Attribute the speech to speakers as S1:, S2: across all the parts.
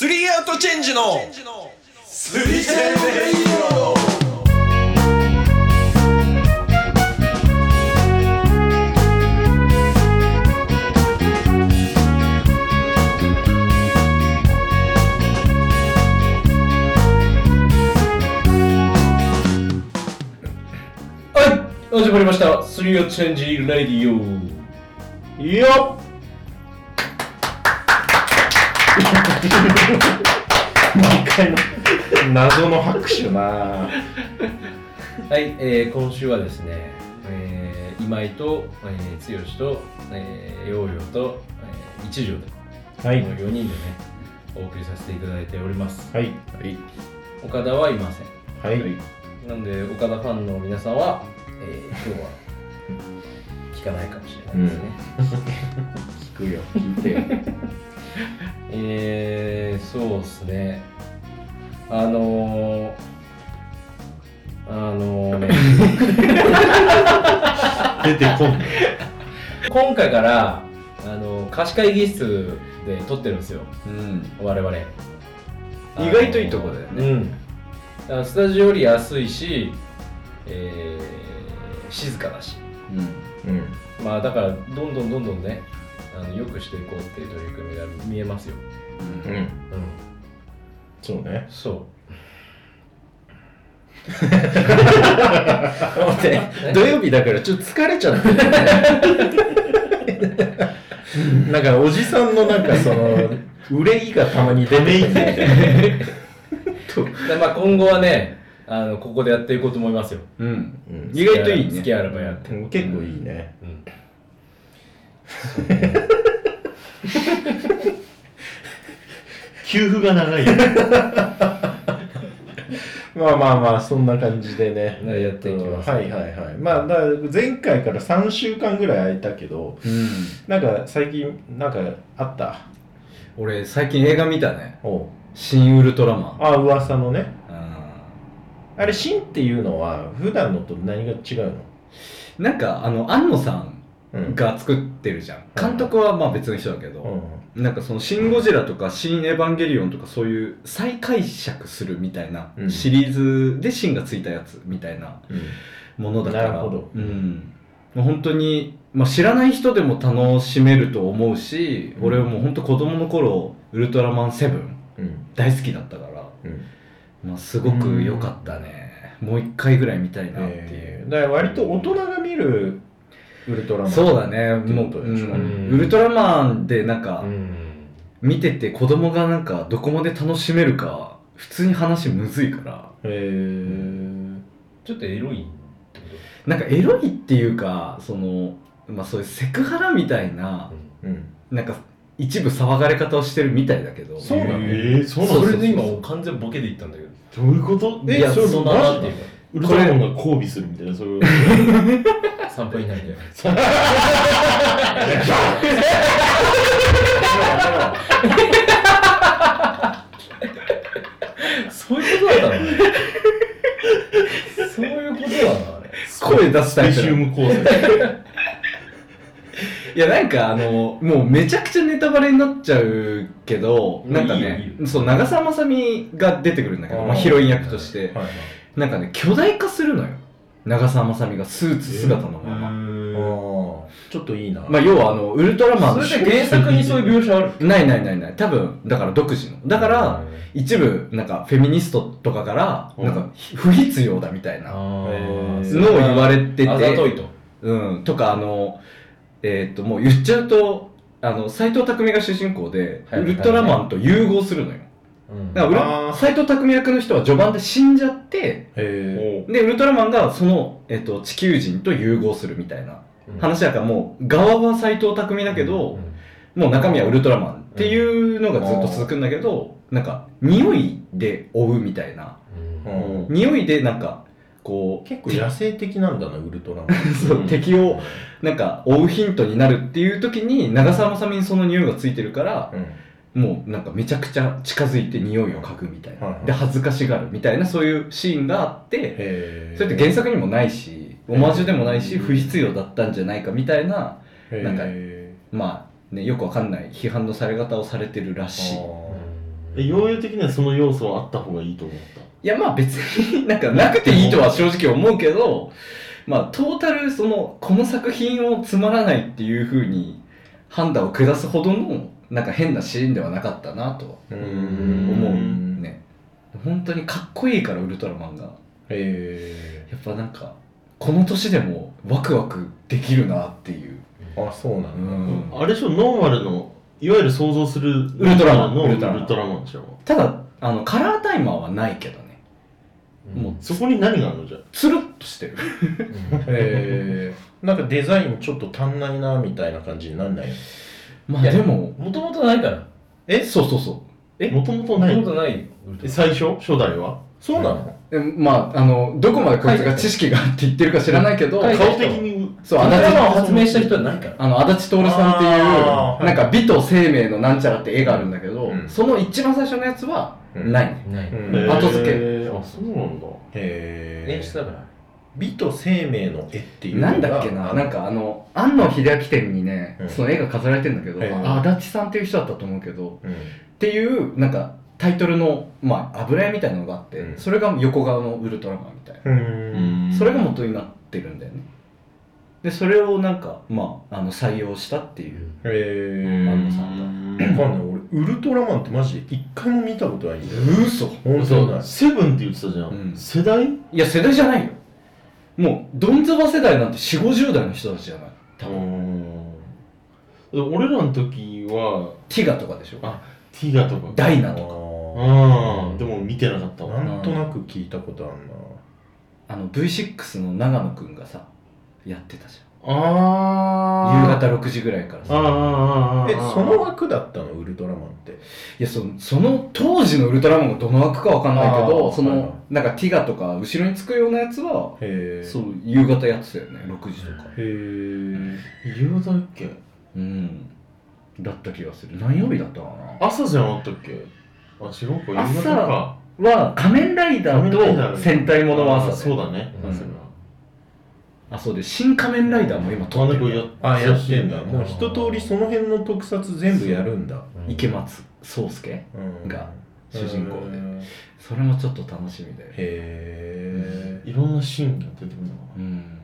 S1: ットチェンジの
S2: 推薦レイディオ
S3: はい始まりましたスリーチェンジレディオいいよ
S4: 毎回の謎の拍手な
S3: はい、えー、今週はですね、えー、今井と、えー、剛と、えー、ヨーヨーと、えー、一条で、
S4: はい
S3: この4人でねお送りさせていただいております
S4: はい
S2: はい
S3: 岡田はいません
S4: はい、
S3: なんで岡田ファンの皆さんは、えー、今日は 聞かないかもしれないですね、
S4: 聞くよ聞いてよ
S3: えー、そうですねあのー、あのーね
S4: 出てこんね
S3: 今回からあの貸し会議室で撮ってるんですよ
S2: うん
S3: 我々意
S2: 意外といいとこだよね
S3: ねうんあのスタジオより安いし、えー静かだし
S4: うん
S3: まあだからどんどんどんどんねあのよくしていこうっていう取り組みが見えますよ
S2: うん
S4: う
S2: うん
S4: ん
S3: うん
S4: そうね
S3: そう
S2: 待って土曜日だからちょっと疲れちゃってるね
S4: なんかおじさんのなんかその憂いがたまに出てきて
S3: でまあ今後はねあのここでやっていこうと思いますよ
S2: うん
S4: うん
S2: 意外といいね
S3: 好きあらばやって、
S4: 結構いいね
S3: うん
S4: 給付が長い まあまあまあそんな感じでね
S3: ねやっていきます
S4: はいはいはいまあだから前回から3週間ぐらい空いたけど
S2: うん
S4: なんか最近なんかあった
S2: 俺最近映画見たね
S4: おう
S2: 「新ウルトラマン
S4: あ噂のね」
S2: うん
S4: あれ「シン」っていうのは普段のと何が違うの、
S2: なんかあの庵野さん
S4: うん、
S2: が作ってるじゃん監督はまあ別の人だけ
S4: う
S2: ど、
S4: ん
S2: なんかその「シン・ゴジラ」とか「シン・エヴァンゲリオン」とかそういう再解釈するみたいな
S4: うん
S2: シリーズでシンがついたやつみたいな
S4: う
S2: ものだから
S4: なるほど
S2: うん、もう本当に、まあ、知らない人でも楽しめると思うし、
S4: うん
S2: 俺はもう本当子供の頃「ウルトラマンセブン
S4: んうん
S2: 大好きだったから、
S4: うん
S2: まあ、すごく良かったね、もう一回ぐらい見たいなっていう、
S4: えーだから割と大人が見るウルトラマン
S2: そうだね
S4: って
S2: も
S4: こ
S2: う、
S4: とでしょ
S2: うんウルトラマンでなんか、
S3: うん
S2: 見てて子供がなんかどこまで楽しめるか普通に話むずいから
S4: へー
S3: ちょっとエロいってこ
S2: なんかエロいっていうかそのまあそういうセクハラみたいな
S3: と、
S4: うん
S2: なんか一部騒がれ方をしてるみたいだけど
S4: そうなの
S3: えーそうな
S2: そう
S3: のそ
S2: そうそう
S3: れで今もう完全ボケで言ったんだけど
S5: どういうこと
S4: え
S3: いや
S4: それ
S3: んな
S4: マジ
S3: なんていう
S5: ウルトラマンが交尾するみたいな、そういう。
S3: か3分以内で そういうことだったのね そういうことだなあれ
S2: 声出すタイ
S5: スペシ
S2: プな
S5: ウ
S2: のい
S5: ム光線。
S2: やなんかあのもうめちゃくちゃネタバレになっちゃうけどなんか
S3: いいよ
S2: ね
S3: いい
S2: そう長澤まさみが出てくるんだけど、まあ、
S4: あー
S2: ヒロイン役とし
S4: は
S2: て
S4: いはい
S2: なんかね巨大化するのよ長澤まさみがスーツ姿のまま。
S4: あ
S3: ま
S4: ーちょっといいな、
S2: まあ、要はあのウルトラマンの
S3: それで原作にそういう描写ある
S2: ないないないない多分だから独自のだから一部なんかフェミニストとかから
S4: うん
S2: なんか不必要だみたいな
S3: あ
S4: えー
S2: のを言われて
S3: あざと
S2: て
S3: いと
S2: うんとかあのえーっともう言っちゃうとあの斎藤工が主人公で
S3: はい
S2: ウルトラマンと融合するのよ
S3: うん
S2: だから
S4: あー
S2: 斎藤工役の人は序盤で死んじゃって
S4: へ
S2: でウルトラマンがそのえーっと地球人と融合するみたいな話だからもう側は斎藤工だけど
S3: うん
S2: もう中身はウルトラマンっていうのがずっと続くんだけど、なんか匂いで追うみたいな
S3: うん
S4: ー
S3: うん
S4: うん
S2: 匂いでなんかこう
S4: 結構野生的なんだなウルトラマン
S2: そう敵をなんか追うヒントになるっていう時に長澤まさみにその匂いがついてるから
S4: うん
S2: もうなんかめちゃくちゃ近づいて匂いを嗅ぐみたい
S4: はいは
S2: ないで恥ずかしがるみたいなそういうシーンがあって
S4: へー
S2: それって原作にもないしオマージュでもないし不必要だったんじゃないかみたいな
S4: へー
S2: なんかまあねよくわかんない批判のされ方をされてるらし
S4: あ
S2: い
S4: ーえヨーヨー的にはその要素はあった方がいいと思った
S2: いやまあ別になんかなくていいとは正直思うけど、まあトータルそのこの作品をつまらないっていうふうに判断を下すほどのなんか変なシーンではなかったなと
S6: う
S2: 思うんね。本当にかっこいいからウルトラマンが。
S6: え
S2: やっぱなんかこの年でもワクワクできるなっていう。
S6: ー、あそうなんだ、
S2: うん
S4: あれでしょノーマルのいわゆる想像する
S2: ウルトラマン
S4: のウルト
S2: ウル
S4: ラマンでしょ
S2: ただあのカラータイマーはないけどね。もう
S4: そこに何があるのじゃあ
S2: つるっとしてる。
S6: えー、なんかデザインちょっと足んないなみたいな感じになんない
S2: ま
S3: い
S2: あ
S3: や
S2: でも
S3: もともとないから。
S2: えそうそうそう。
S3: え
S4: もともと
S3: も
S4: な
S3: と
S4: い
S3: もとないウルト
S4: え
S3: ラ
S4: 最初初代は
S6: そうなの、
S2: えまああのどこまでこいつが知識があって言ってるか知らないけど、
S3: はい
S4: 顔的に
S2: そう
S3: マン。ウ
S2: 足
S3: ルト
S2: 立
S3: ラマンを発明した人はないから。
S2: あの足立徹さんって
S6: あ
S2: いう
S6: ー
S2: なんか美と生命のなんちゃらって絵があるんだけど、
S6: うん、
S2: その一番最初のやつはないい、
S3: ない。
S6: うん
S4: えー
S2: 後付け
S4: あそうなんだ
S6: えー、
S3: 演出だから。
S6: 美と生命の絵っていうの
S2: な
S6: が
S2: んだっけななんかあの庵野秀明展にね、
S6: うん
S2: その絵が飾られてんだけど、
S6: へー
S2: あ足立さんっていう人だったと思うけど
S6: うん
S2: っていうなんかタイトルの、まあ、油絵みたいなのがあって、
S6: うん
S2: それが横側のウルトラマンみたいな、
S6: うん
S2: それが元になってるんだよねでそれをなんか、まあ、あの採用したっていう
S6: え
S2: 安野
S6: ー
S2: さ
S6: わかんない俺ウルトラマンってマジで一回も見たことないんだよ
S2: 嘘
S6: 本当にない
S4: セブンって言ってたじゃん、
S2: うん
S4: 世代
S2: いや世代じゃないよもうドンズバ世代なんて4 5 0代の人たちじゃない多分、
S4: うん俺らの時は
S2: ティガとかでしょ
S4: あティガとか
S2: ダイナとか
S6: あ
S4: うんでも見てなかった
S6: ー
S4: わ
S6: なんとなく聞いたことあるな
S2: あの V6 の長野くんがさやってたじゃん夕
S4: ああ
S2: 方6時ぐらいから
S4: ああ
S2: さ
S4: ああああ
S6: えその枠だったのウルトラマンって
S2: いやそその当時のウルトラマンがどの枠かわかんないけ
S6: あ
S2: ど
S6: ー
S2: そ
S6: はいはい
S2: のなんかティガとか後ろにつくようなやつは
S6: へえ
S2: そう夕方やってたよね6時とか
S6: へえ
S4: 夕方だっけ
S2: うんだった気がする何曜日だったか
S4: 朝じゃなかったっけあ違うか夕方か
S2: なは仮面ライダ
S4: 仮面ライダ
S2: ー
S4: ー
S2: と戦隊ものは
S4: あー
S2: 朝
S4: そうだね、
S3: うん
S4: 朝が
S2: あそうで新仮面ライダーも今撮
S4: あな
S2: って
S4: んか
S2: る
S4: や
S6: あやってんだ
S4: そう
S6: もう一通りその辺の特撮全部やるんだ、
S2: 池松壮介
S6: うん、
S2: が主人公で
S6: で
S2: それもちょっと楽しみだよ
S6: へえ
S4: いろんなシーンが出てくるのか
S2: うん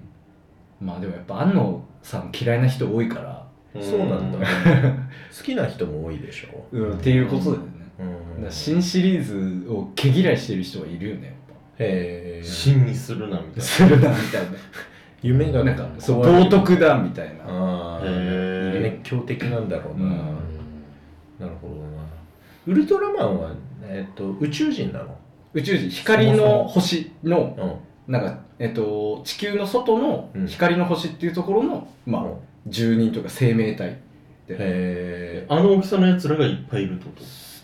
S2: まあでもやっぱ安野さん嫌いな人多いから、
S4: な
S6: そうなんだ
S4: う
S6: 好きな人も多いでしょ、
S2: っていうことだよね、
S6: う
S2: だ
S6: ん
S2: から新シリーズを毛嫌いしてる人はいるよ ねやっ
S6: へえ
S4: 真にするなみた
S2: ぱ
S4: い
S2: するなみたい
S6: 夢
S2: な
S6: が
S2: なんかそう冒涜だみたいな
S6: ああ
S4: へー
S6: 熱狂的なんだろうな、
S2: うん
S6: なるほどなウルトラマンは、えっと宇宙人なの
S2: 宇宙人光の星の
S6: うん
S2: なんか、えっと、地球の外の
S6: うん
S2: 光の星っていうところの、まあ
S6: うん
S2: 住人とか生命体
S6: へ
S4: な
S6: え
S4: あの大きさのやつらがいっぱいいるってこ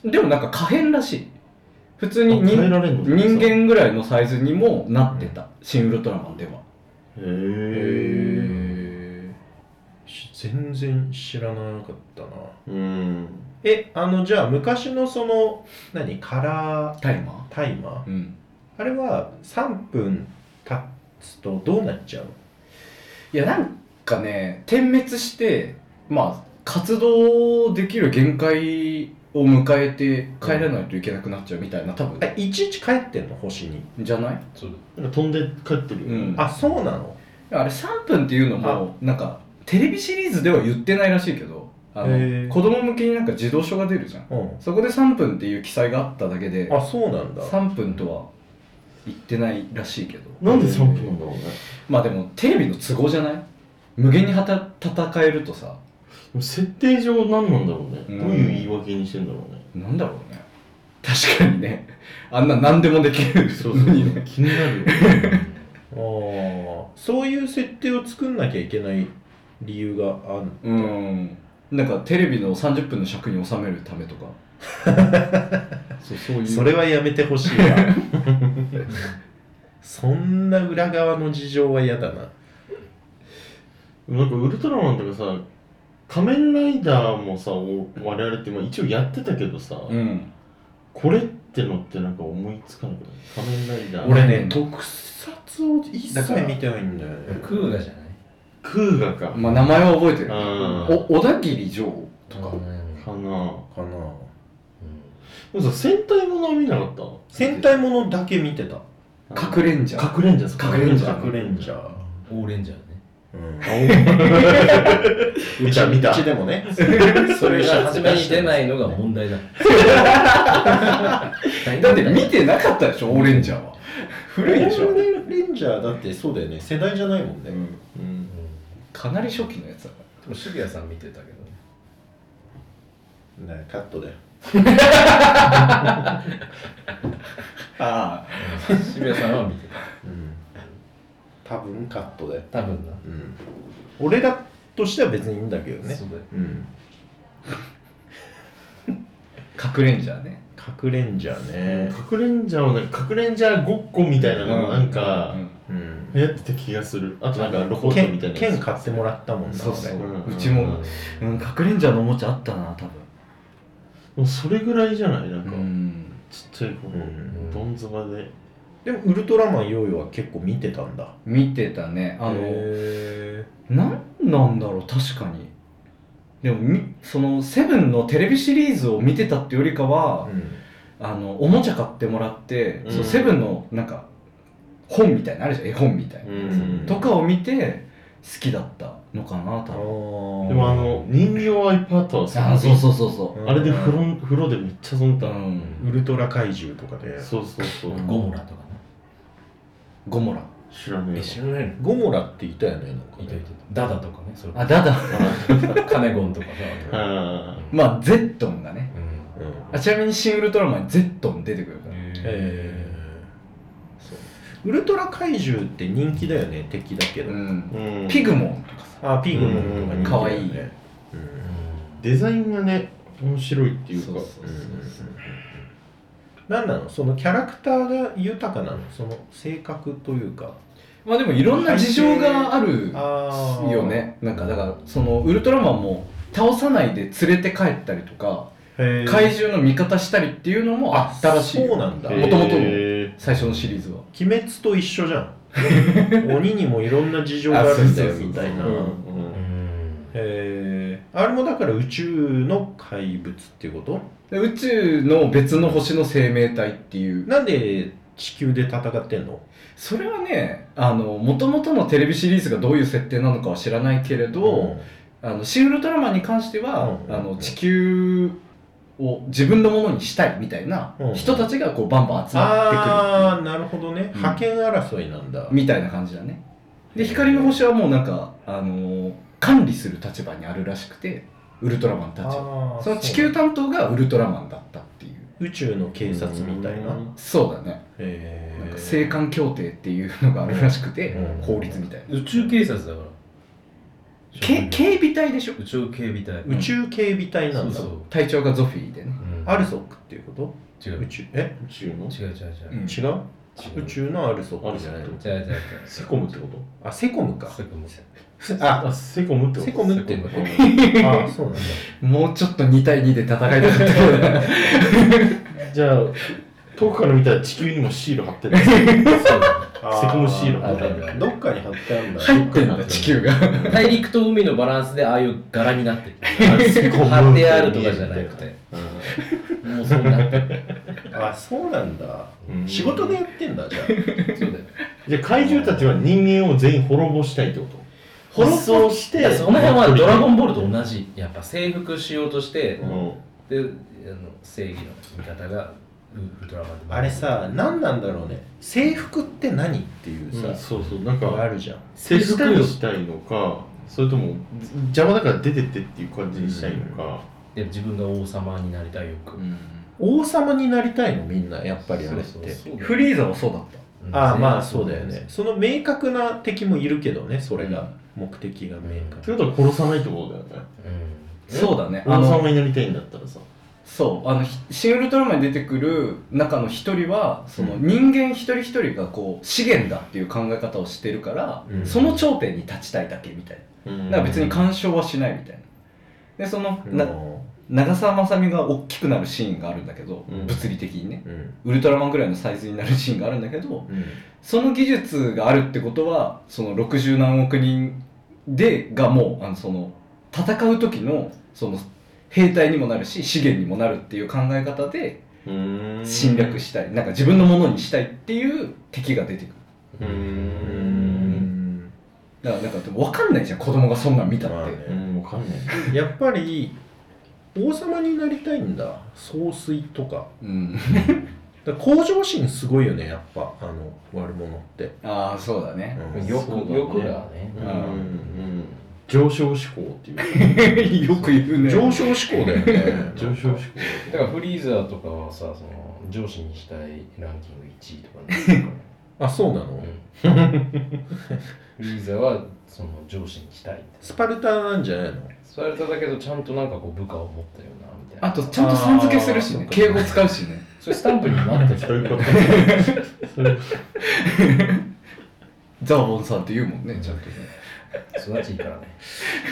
S4: と
S2: でもなんか可変らしい普通に
S4: あ変え
S2: 人
S4: られんの
S2: 人間ぐらいのサイズにもなってた、新ウルトラマンでは
S4: へえ
S6: へえし全然知らなかったな
S4: うん
S6: えあのじゃあ昔のその何カラー
S2: タイマ
S6: タイマー
S2: ーうん
S6: あれは3分経つとどうなっちゃう
S2: いやなんかね点滅してまあ活動できる限界を迎えて帰らないといけなくなっちゃうみたいな多分
S6: あいちいち帰ってんの星に
S2: じゃない
S3: そう
S4: なんか飛んで帰ってるよね、
S2: うん
S6: あそうなの
S2: あれ3分っていうのもなんかテレビシリーズでは言ってないらしいけどあ
S6: へ
S2: の
S6: ー
S2: 子供向けになんか児童書が出るじゃん
S6: う
S2: そこで3分っていう記載があっただけで
S6: んあそうなんだ
S2: 3分とは言ってないらしいけど
S4: なんで3分なんだろうね
S2: まあでもテレビの都合じゃない無限にはた戦えるとさ
S4: でも設定上何なんだろうね、
S2: うん
S4: どういう言い訳にしてんだろうね
S2: なんだろうね確かにねあんな何でもできるのにね
S4: 気になるよね
S6: あーそういう設定を作んなきゃいけない理由がある
S2: うんなんかテレビの30分の尺に収めるためとかそうそういう
S6: それはやめてほしい わそんな裏側の事情は嫌だな
S4: なんかウルトラマンとかさ仮面ライダーもさお我々ってまあ一応やってたけどさ、
S2: うん
S4: これってのってなんか思いつかなくない仮面ライダー
S6: 俺ね、
S2: うん
S6: 特撮を一
S2: だか
S6: 切
S2: ら
S6: 見てないんだよね
S3: クーガじゃない
S4: クーガか、
S2: まあ名前は覚えて
S4: う
S2: る
S4: ん
S2: お小田切城
S3: とか。
S4: かな
S6: かな
S3: うん
S4: でもさ戦隊ものは見なかった
S6: 戦隊ものだけ見てた
S2: 隠れんじゃん。
S4: かくれんじゃん
S2: かくれんじゃん
S4: かくれんじゃん
S6: ゃ
S3: オーレンジャーね
S6: 見た見た うち でもね
S3: それが初めに出ないいのが問 題だ大問題
S2: だって見てなかったでしょ、オーレンジャーは。古いでしょ。
S6: レンジャーだってそうだよね世代じゃないもん
S4: うん
S6: ね、
S3: うん
S2: かなり初期のやつだか
S3: でも渋谷さん見てたけどね
S6: ねカットだよ
S2: ら。ああ。
S3: 渋谷さんは見て
S6: うん多分カットだよ、
S3: た多分な、
S6: うん、俺らとしては別にいいんだけどね
S3: そうだよ
S6: うん
S2: 隠れんじゃんね。
S6: かくれんじゃね
S4: かくれんじゃんはなんかかくれんじゃんごっこみたいなのがなんか
S2: うん
S6: うん
S4: 流行ってた気がするあとなんかロボット
S6: 剣
S4: みたいな
S6: 剣買ってもらったもんな
S2: そうそう
S6: 俺
S4: うん
S2: うちも、うん、隠れんじゃのおもちゃあったな、多
S4: もうそれぐらいじゃないなんか、
S2: 分。ん。
S4: ちっちゃい頃、
S6: うん
S4: どんずばで
S6: でもウルトラマンヨーヨーは結構見てたんだ
S2: 見てたね。あの、
S6: へ
S2: なんなんだろう、確かに。でもみ、その、セブンのテレビシリーズを見てたってよりか
S6: ー
S2: は、
S6: うん
S2: あの、おもちゃ買ってもらって、そううんセブンの、なんか、本みたいな、あるじゃん、絵本みたいな。
S4: うん
S2: とかを見て、好きだったのかな、多
S6: あ
S2: 分。
S6: ー
S4: でもあの人形はいっぱいあったわ
S2: あそうそうそうそ
S4: あれで風呂風呂でめっちゃ遊ん
S2: う、
S4: だ、
S2: うん、
S6: ウルトラ怪獣とかで
S4: そうそうそう、
S2: うん
S3: ゴモラとか
S2: ゴモラ
S4: 知らねえ
S3: な
S4: わ
S3: え知らないの
S6: ゴモラっていたよねなんかね
S3: いたいたいたダダとかねそれ
S2: あダダ
S3: カネゴンとかさあ
S4: あー
S2: まあゼットンがね
S3: とうん
S6: うん
S2: あちなみに新ウルトラマンにゼットン出てくるから、
S6: えーそうウルトラ怪獣って人気だよね敵だけど、
S2: うん、
S4: うん
S2: ピグモンとかさ
S6: あピグモンとか人気だよね
S2: 可愛い
S6: うん
S4: デザインがね面白いっていうか
S2: そうそうそう
S6: 何なのそのキャラクターが豊かなのその性格というか
S2: まあでもいろんな事情がある
S6: あ
S2: よねなんかだからそのウルトラマンも倒さないで連れて帰ったりとか怪
S6: 怪
S2: 獣の味方したりっていうのもあったらしい
S6: そうなんだ、
S2: へー元々の
S4: へ
S2: 最初のシリーズは
S6: 鬼滅と一緒じゃん鬼にもいろんな事情があるんだよみたい
S4: ー
S2: あ
S6: な
S4: う
S2: そ
S4: ん
S2: うそう
S4: うん
S6: へえあれもだから宇宙の怪物っていうこと
S2: で宇宙の別の星の生命体っていう
S6: なんで地球で戦ってんの
S2: それはねあの元々のテレビシリーズがどういう設定なのかは知らないけれど、あのシン・ウルトラマンに関しては、
S6: うん
S2: あの地球を自分のものにしたいみたいな
S6: うん
S2: 人たちがこうバンバン集まっ
S6: あ
S2: て
S6: あなるほどね、
S2: うん
S6: 覇権争いなんだ
S2: くるみたいな感じだねで光の星はもうなんか、あのー管理する立場にあるらしくてウルトラマンたちは
S6: あー
S2: その地球担当がウルトラマンだったっていう
S6: 宇宙の警察みたいな
S4: うん
S2: そうだね
S6: へ
S2: なんか
S6: ー
S2: 生還協定っていうのがあるらしくて、
S6: うん
S2: 法律みたいな、
S3: 宇宙警察だから
S2: け警備隊でしょ
S3: 宇宙警備隊
S6: 宇宙警備隊なんだ
S3: そうそう
S2: 隊長がゾフィーでね
S3: うん
S6: アルソックっていうこ
S3: 違
S6: と
S3: う
S6: 宇宙え
S4: 宇宙の
S3: 違う違う違う、
S2: うん
S6: 違う宇宙のアルソックじゃないの
S3: 違う違う違う
S4: セコムってこと
S6: あセコムか
S3: セコム
S6: あ
S4: セコムってこと
S6: セコムっていうの
S4: セコム
S6: あそう なんだ
S2: もうちょっと2対2で戦いたかったけど ね
S4: じゃあ遠くから見たら地球にもシール貼ってる
S6: あー
S4: セコムシール
S3: 貼ってある
S6: どっかに貼ってあるんだ
S2: 入ってんだ地球が
S3: 大陸と海のバランスでああいう柄になってる
S4: セコム
S3: 貼ってあるとかじゃなくてもうそんなってる
S6: あそうなんだ
S4: うん
S6: 仕事でやってんだじゃ
S3: そうだよ
S4: じゃあ怪獣たちは人間を全員滅ぼしたいってこと
S2: 滅ぼ
S4: 発想し
S3: い
S4: て
S3: やその辺はドラゴンボールと同じやっぱ征服しようとして
S4: う、ん
S3: であの正義の味方がウルトラマンで
S6: ああれさ何なんだろうね制服って何っていう
S4: う
S6: さ、
S4: んそうそうなん
S6: あ
S4: か
S6: るじゃん
S4: 制服したいのかそれとも邪魔だから出てってっていう感じにしたいのか、
S3: で自分が王様になりたいよく、
S6: 王様になりたいのみんなやっぱりあれって
S2: フリーザもそうだった
S3: うん
S6: ああまあそうだよねその明確な敵もいるけどねそれが、目的が明
S4: って
S6: 確、
S4: ことは殺さないってことだよね
S3: うん
S2: そうだねあ
S4: 王
S2: の
S4: 様になりたいんだったらさ
S2: そうあのひシン・ウルトラマンに出てくる中の一人はその人間一人一人がこう資源だっていう考え方をしてるから、
S3: うん
S2: その頂点に立ちたいだけみたいなだから別に干渉はしないみたいなでその、
S6: うん
S2: な長澤まさみが大きくなるシーンがあるんだけど、
S4: うん
S2: 物理的にね
S6: う
S2: ウ
S6: ん
S2: ルトラマンぐらいのサイズになるシーンがあるんだけど、
S6: うん
S2: その技術があるってことはその60何億人でがもうあのその戦う時のその兵隊にもなるし資源にもなるっていう考え方で
S4: うーん
S2: 侵略したいなんか自分のものにしたいっていう敵が出てくる
S4: うー
S6: うんん
S2: だからなんかでも分かんないじゃん子供がそんなん見たって、
S6: まあね
S4: うんわかんない
S6: やっぱり王様になりたいんだ総帥とか
S2: うん
S6: だから向上心すごいよねやっぱあの悪者って、
S2: ああそうだね
S6: うん
S3: よく
S4: そうだね
S3: よくだね
S4: う
S2: うんん
S4: うん上昇志向っていう
S2: よく言うね
S6: 上昇志向だよ ね
S4: 上昇志向
S3: だからフリーザーとかはさその上司にしたいランキング1位とかね
S6: あそうな
S3: う
S6: の、
S3: んフリーザーはその上司にしたいって
S6: スパルタなんじゃないの
S3: されただけどちゃんとなんかこう部下を持ったようなみたいな
S2: あとちゃんとさん付けするし
S6: あーそ
S2: ね
S6: っか
S2: 敬語使うしね
S3: それスタンプにもなってた
S4: そういうことそういうこ
S2: ザーボンさんって言うもんねちゃんとね
S3: 育ちいいからね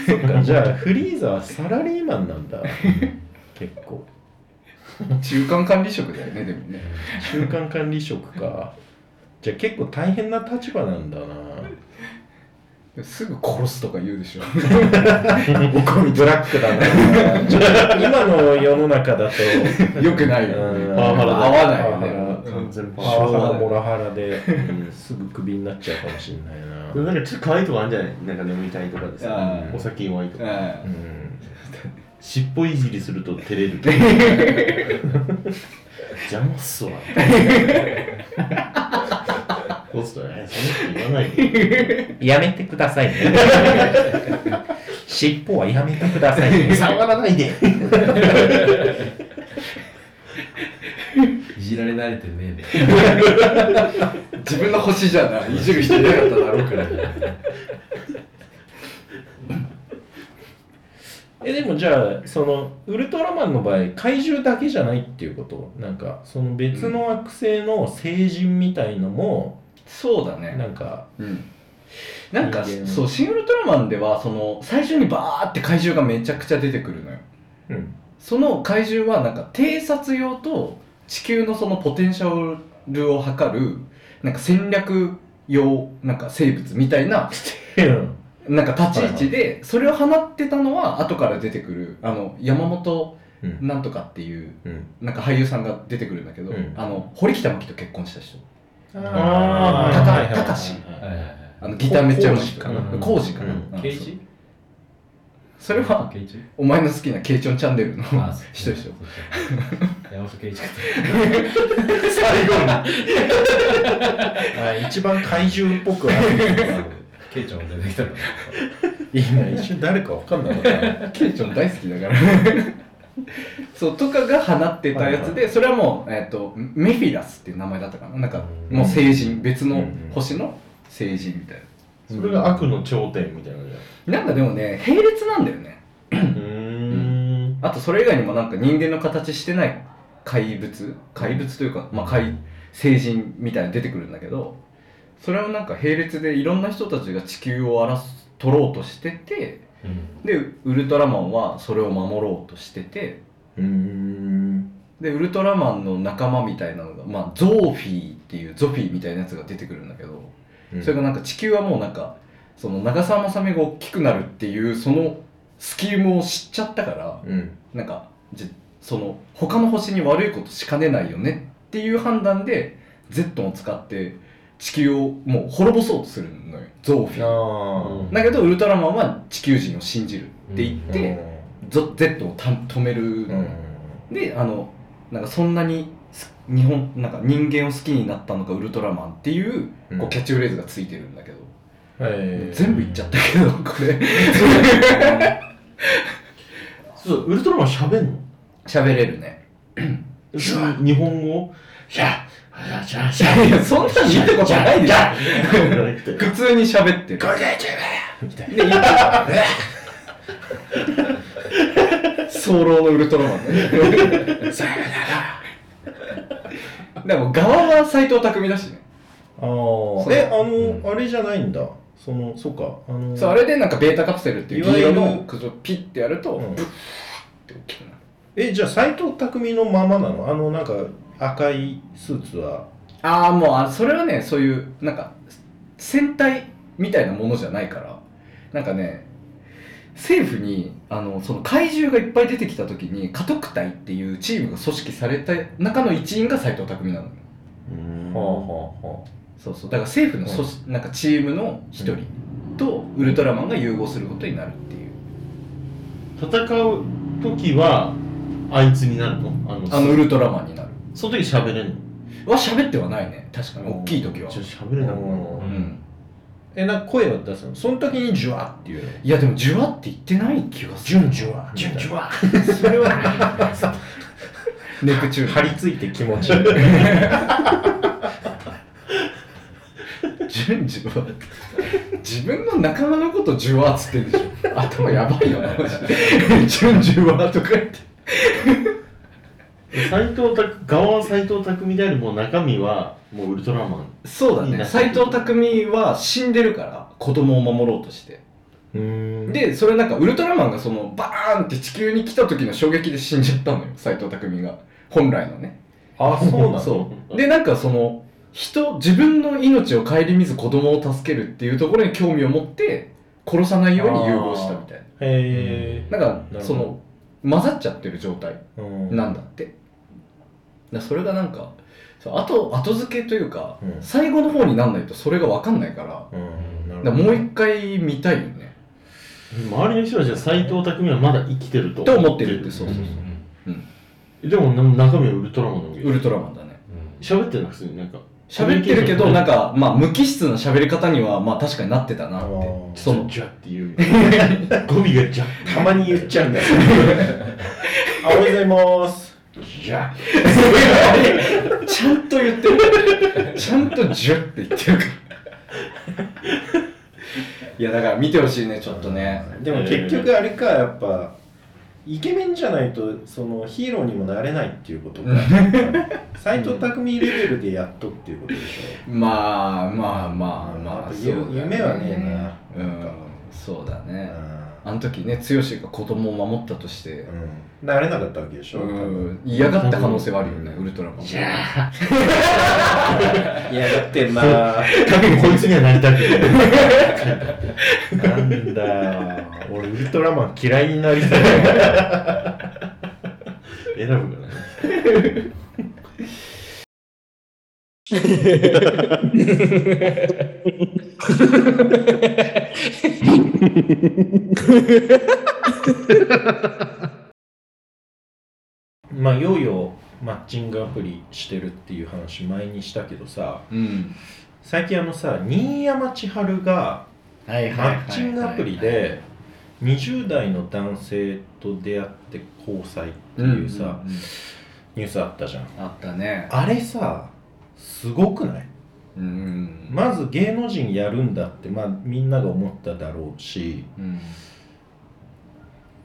S6: そっかじゃあフリーザはサラリーマンなん だ結構
S2: 中間管理職だよねでもね
S6: 中間管理職かじゃあ結構大変な立場なんだな
S2: すぐ殺すとか言うで しょ
S6: 僕ブラックだな ちょっと今の世の中だと
S2: よくないよ
S6: うん
S4: パワハラだ
S2: 合わないよ
S6: パワハ
S4: と
S2: ね
S4: 完全パ
S6: パ
S4: ワー
S6: ワハラ
S2: うん
S6: モラハラで
S4: うん
S6: すぐクビになっちゃうかもしれないな
S4: でもなんかちょっと可愛いとかあるんじゃないなんか眠いたいとかでさ
S2: うん
S4: お酒弱いと
S2: う
S4: か
S2: ん
S6: うん
S4: 尻尾いじりすると照れる邪魔っすわどうしたらえそんなこと言わないで
S6: やめてくださいね尻尾はやめてください ね触らないで
S3: いじられ慣れてねえ
S2: 自分の星じゃないいじる人いなかっただろうから
S6: えでもじゃあそのウルトラマンの場合怪獣だけじゃないっていうことなんかその別の惑星の成人みたいのも、
S2: そうだね
S6: なんか
S2: うんなんか
S6: 人間
S2: そう「シン・ウルトラマン」ではその最初にバーって怪獣がめちゃくちゃ出てくるのよ
S6: うん
S2: その怪獣はなんか偵察用と地球のそのポテンシャルを測るなんか戦略用なんか生物みたいななんか立ち位置でそれを放ってたのは後から出てくるあの山本
S6: うん
S2: なんとかっていう
S6: うん
S2: なんか俳優さんが出てくるんだけど、
S6: うん
S2: あの堀北真希と結婚した人
S4: あ
S2: ー
S6: はいはいはい
S2: たかし
S3: んだよはいはいはい
S2: あのギターめっちゃうまい人
S6: こうこうじか
S2: こうじか
S6: な
S4: う
S2: な、
S4: ん
S2: うん
S3: ケイチ
S2: それは
S3: ケイチ
S2: お前の好きなケイチョンチャンネルの
S3: あ
S2: 人でしょ
S3: ょ山本ケイチ
S6: 最後に一番怪獣っぽくは
S3: ケイちゃんも出てきたから
S6: 今一瞬誰か分かんなかった
S2: ケイちゃん大好きだから そうとかが放ってたやつで、
S6: はいはい
S2: それはもう、えっとメフィラスっていう名前だったかななんか
S3: うん
S2: もう成人別
S6: うん
S2: の
S6: うん
S2: 星の成人みたい
S4: それが悪の頂点みたいなのじ
S2: ななんかでもね並列なんだよね
S4: ゃんうーん
S2: あとそれ以外にもなんか人間の形してない怪物怪物というか、まあ、怪成人みたいに出てくるんだけどそれをなんか並列でいろんな人たちが地球を争取ろうとしてて
S3: うん
S2: でウルトラマンはそれを守ろうとしてて
S6: うーん
S2: でウルトラマンの仲間みたいなのが、まあ、ゾーフィーっていうゾフィーみたいなやつが出てくるんだけど、それがなんか地球はもうなんかその長澤まさみが大きくなるっていうそのスキームを知っちゃったから
S6: うん
S2: なんかじその他の星に悪いことしかねないよねっていう判断でゼットンを使って地球をもう滅ぼそうとするのよゾーフィー
S6: あ
S2: だけどウルトラマンは地球人を信じるって言っ
S6: あ
S2: て、ゾゼットンをたん止める
S6: う
S2: のよ、
S6: ん
S2: であのなんかそんなにす日本なんか人間を好きになったのがウルトラマンっていう
S6: うん
S2: こうキャッチフレーズがついてるんだけど、
S6: はい
S2: 全部言っちゃったけどこ れ
S4: そうウルトラマン喋んの
S2: 喋れるね
S4: 日本語シャッシャッシャッ
S2: いやそんなん見たことないでしょ
S4: じ
S2: 普通に喋ってるで言う早漏のウルトラマンねでも側は斎藤匠だしね
S6: ああ
S2: う
S6: えあの、
S3: うん
S6: あれじゃないんだそのそうかあの
S2: そうあれでなんかベータカプセルっていう銀色
S6: いわゆ
S2: の
S6: る
S2: くずをピッてやると、
S6: うん
S2: ブッて大きくなる
S6: えじゃあ斎藤匠のままなのあのなんか赤いスーツは
S2: ああもうあそれはねそういうなんか戦隊みたいなものじゃないからなんかね政府にあのその怪獣がいっぱい出てきた時に家督隊っていうチームが組織された中の一員が斎藤匠なのよ
S4: うん
S6: はあはあは
S2: そうそうだから政府の組織なんかチームの一人とウルトラマンが融合することになるっていう
S4: 戦う時はあいつになるのあの
S2: あのウルトラマンになる
S4: その時喋れんの
S2: は喋ってはないね確かに大きい時は
S4: じゃあ喋れなくなる
S2: う
S6: あ
S2: ん
S6: えなんか声は出すのその時にジュワっていうの
S2: いやでもジュワって言ってない気がす
S6: ジ
S2: る
S6: ュンジュワ
S2: ジュンジュ
S6: ワ
S2: ワそれはネクチューン
S6: 張り付いて気持ちいい
S2: 順次は自分の仲間のことジュワーっつってんでしょ頭やばいよなマジ で順次はとか言って
S4: 斎藤拓側は斎藤匠でありもう中身はもうウルトラマン
S2: そうだ
S4: いい
S2: ね
S4: な
S2: 斎藤匠は死んでるから子供を守ろうとして
S6: うーん
S2: でそれなんかウルトラマンがそのバーンって地球に来た時の衝撃で死んじゃったのよ斎藤匠が本来のね
S6: あそうな の
S2: そうでなんかその人自分の命を顧みず子供を助けるっていうところに興味を持って殺さないように融合したみたい
S6: へえ
S2: ななん
S6: な
S2: か
S6: る
S2: そ
S6: ほど
S2: の混ざっちゃってる状態
S6: うん
S2: なんだって、だからそれがなんかそう後後付けというか、
S6: うん
S2: 最後の方になんないとそれが分かんないから
S6: うんなる
S2: だから
S6: ほど
S2: もう一回見たいよね
S4: 周りの人はじゃあ斎藤匠はまだ生きてると
S2: と思ってるってそうそうそ
S4: でもな中身はウルトラマンなわけ
S2: ウルトラマンだね
S4: 喋ってるの普通になんか
S2: 喋ってるけ
S4: コ
S2: ど
S4: ミュ
S2: な
S4: ニ
S2: んかまあ無機質な喋り方にはまあ確かになってたなっ
S6: あ
S2: て
S6: ー
S2: その
S4: ジャっていう語尾がジャ
S6: たまに言っちゃうんだよ あおはようございます
S4: ジャ
S2: ちゃんと言ってる。ちゃんとジュって言ってるから。いや、だから見てほしいね、ちょっとね。
S6: でも結局あれかやっぱイケメンじゃないとそのヒーローにもなれないっていう ことか斎藤匠レベルでやっとっていうことでし
S2: まあまあまあ
S6: や
S2: ま
S6: っ
S2: あ、
S6: ぱ
S2: そうだ
S6: 夢はねえな
S2: うん、そうだ
S6: ょ、
S2: ね。あの時ね、剛が子供を守ったとして、
S6: うんうん、なれなかったわけでしょ、
S2: うん、嫌がった可能性はあるよね、ウルトラマン。
S4: ジャ
S6: いやだってな
S4: 多分こいつにはなりたくない
S6: なんだよ俺ウルトラマン嫌いになりそうだよ
S4: 選ぶからね
S6: まあいよいよマッチングアプリしてるっていう話前にしたけどさ
S2: うん。
S6: 最近あのさ新山千春が
S2: はい
S6: マッチングアプリで20代の男性と出会って交際っていうさ、
S2: うんうんうん
S6: ニュースあったじゃん
S2: あったね。
S6: あれさすごくない
S2: うん。
S6: まず芸能人やるんだって、まあ、みんなが思っただろうし
S2: うん、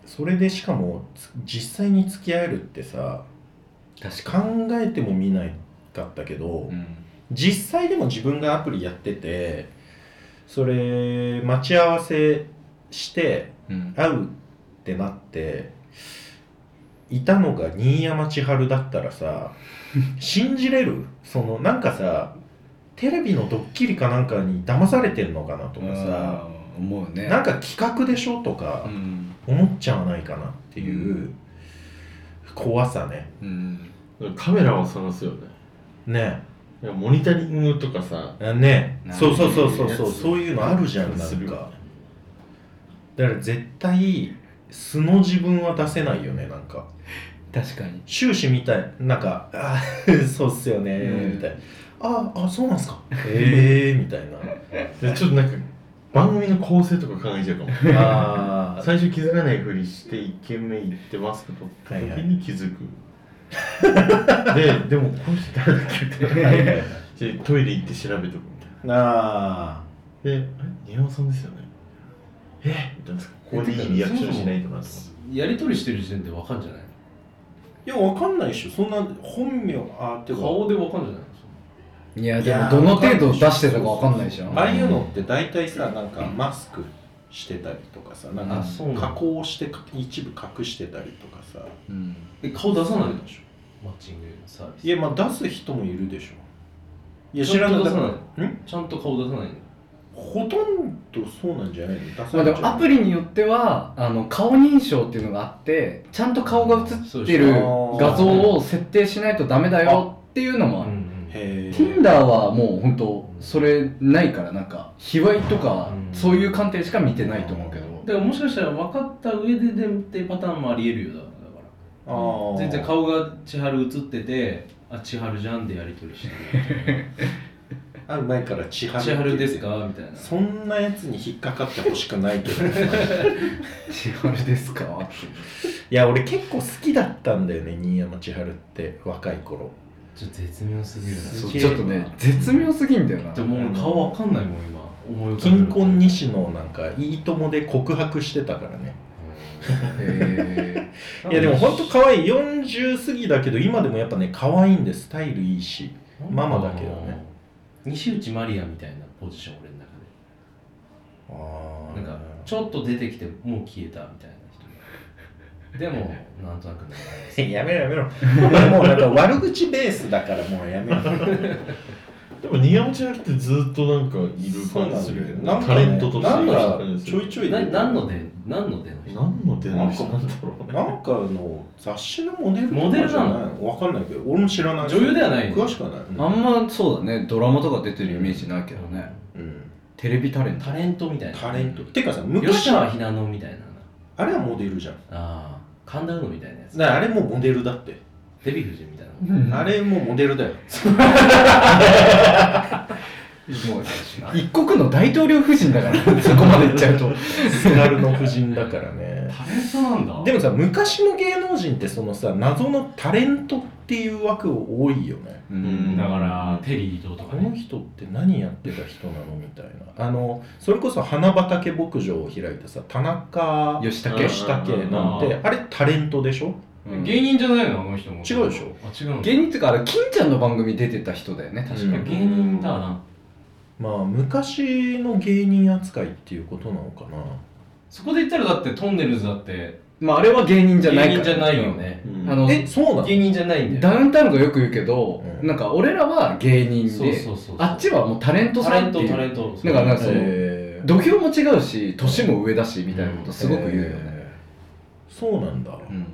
S6: それでしかもつ実際に付き合えるってさ
S2: 確
S6: 考えても見ないかったけど、
S2: に。うん
S6: 実際でも自分がアプリやっててそれ待ち合わせして
S2: うん
S6: 会うってなっていたのが新山千春だったら さ信じれるそのなんかさテレビのドッキリかなんかに騙されてるのかなとかさ
S2: うん思うね
S6: なんか企画でしょと
S2: う
S6: か
S2: ん
S6: 思っちゃわないかなっていう怖さね
S2: うん
S4: カメラを探すよね
S6: ね
S4: いやモニタリングとかさ
S6: ね
S2: なんか
S6: そうそうそうそうそう
S4: やつ
S6: そういうのあるじゃんなん
S4: するよ
S6: かだから絶対素の自分は出せないよねなんか
S2: 確かに
S6: 終始みたいなんか「あー そうっすよね」
S2: うん
S6: みたいな「あーあそうなんすかへえ」みたいな
S4: でちょっとなんか番組の構成とか考えちゃうかも
S6: あー
S4: 最初気づかないふりして1軒目行ってマスク取った時
S6: はいはい
S4: に気づく、ででもこの人誰だっけみたいな、でトイレ行って調べとくみたいな
S6: あ
S4: で「え宮尾さんですよねえみたいなこういうリアクションしないとなと思って
S3: やり取りしてる時点でわかんじゃない
S6: ーいやわかんないっしょそんな本名あーってか
S3: 顔でわかんじゃない
S2: いや
S6: い
S2: でも
S6: や
S2: どの程度出してたかわかんないじゃん
S6: ああいうのって大体さなんかマスクしてたりとかさなん
S2: あ
S6: か
S3: そうなんだ
S6: 加工して一部隠してたりとかさ
S2: うん
S3: え顔出さないでしょマッチングサービス
S6: いやまあ出す人もいるでしょいや
S3: ちゃんと出
S6: だ
S3: さない
S6: ん
S3: ちゃんと顔出さないの
S6: ほとんどそうなんじゃないの出さ
S2: まあ、
S6: れ
S2: で
S6: ちゃう
S2: もアプリによってはあの顔認証っていうのがあってちゃんと顔が写
S3: そう
S2: っ
S3: で
S2: て
S3: し
S2: る
S6: ょ
S2: 画像を設定しないとダメだよっていうのもある
S6: へー
S2: Tinder はもう本当それないからなんか卑猥とか
S3: うん
S2: そういう観点しか見てないと思うけど、
S3: だからもしかしたら分かった上ででってパターンもありえるよだだ
S6: あ
S3: か
S6: ー
S3: ら全然顔が千春映っててあ千春じゃんでやり取りしてる
S6: 会う前から千春って
S3: 千
S6: 言って
S3: 春ですかみたいな
S6: そんなやつに引っかかってほしくないけど い
S2: 千春ですかって
S6: や俺結構好きだったんだよね新山千春って若い頃
S3: ちょっと絶妙すぎるな
S6: す
S2: そう
S6: げえ
S2: ちょっとね絶妙すぎんだよな
S3: でももう顔わかんないもん今思い浮かべる
S6: 金婚西野なんかいいともで告白してたからね
S2: え
S6: いやでもほんと可愛い40過ぎだけど今でもやっぱね可愛いんですスタイルいいしママだけどね
S3: 西内まりやみたいなポジション俺の中で
S6: あ
S3: なんかちょっと出てきてもう消えたみたいな人でもなんとなくね
S6: ー やめろやめろお前もうなんか悪口ベースだからもうやめろ
S4: でも、ニヤムチャルってずっとなんかいる
S6: そう
S4: 感
S6: な
S4: じ
S6: ん
S4: す
S6: だ
S4: る
S6: よ
S4: よ
S6: ね
S4: ね
S6: なんか
S4: タ
S6: ね
S4: レントとして
S6: なんか
S4: の
S6: ちょいちょい
S3: な何ので何のでの人
S4: 何の出ない人なんだろうね。
S6: なんかの雑誌のモデルとか
S3: モデル
S6: じゃ
S3: ないの
S6: わかんないけど俺も知らない
S3: 女優ではない
S6: 詳しくはない、うん
S2: ー、あんまそうだねドラマとか出てるイメージないけどね
S6: うん
S2: テレビタレント
S3: タレントみたいな
S6: タレントてかさ昔
S3: 吉川ひなのみたいな
S6: あれはモデルじゃん
S3: ああ神田うのみたいなやつ
S6: だからあれもモデルだって、
S3: デヴィ夫人みたいな
S6: あれもモデルだよ
S2: もう一国の大統領夫人だからそこまでいっちゃうと
S6: 津軽の夫人だからね
S3: タレントなんだ
S6: でもさ昔の芸能人ってそのさ謎のタレントっていう枠多いよね
S2: うん
S3: だからテリー伊藤とか
S6: この
S3: ね
S6: 人って何やってた人なのみたいなあのそれこそ花畑牧場を開いたさ田中
S2: 吉
S4: うん
S2: 武
S6: 義武なんてあれタレントでしょ
S2: うん
S1: 芸人じゃないのあの人も
S6: 違うでしょ
S1: あ違うんだ
S2: 芸人っていうかあれ金ちゃんの番組出てた人だよね確か
S6: うん
S3: 芸人だな
S6: まあ昔の芸人扱いっていうことなのかな
S1: そこで言ったらだってトンネルズだって
S2: まああれは芸人じゃない
S1: 芸
S2: から
S1: 人じゃないよね
S4: うん
S2: あの
S6: えそうなの
S1: 芸人じゃないんだよ
S2: ダウンタウンがよく言うけど、
S6: うん
S2: なんか俺らは芸人で
S3: そうそうそう
S2: あっちはもうタレント
S3: タ
S2: さ
S3: レ
S2: ん
S3: ン
S2: って
S3: ト
S2: い
S3: タレン
S2: う
S3: ト
S2: だからなんかその
S6: えー
S2: 土俵も違うし年も上だしみたいなことすごく言うよね、
S6: えーそうなんだ、
S2: うん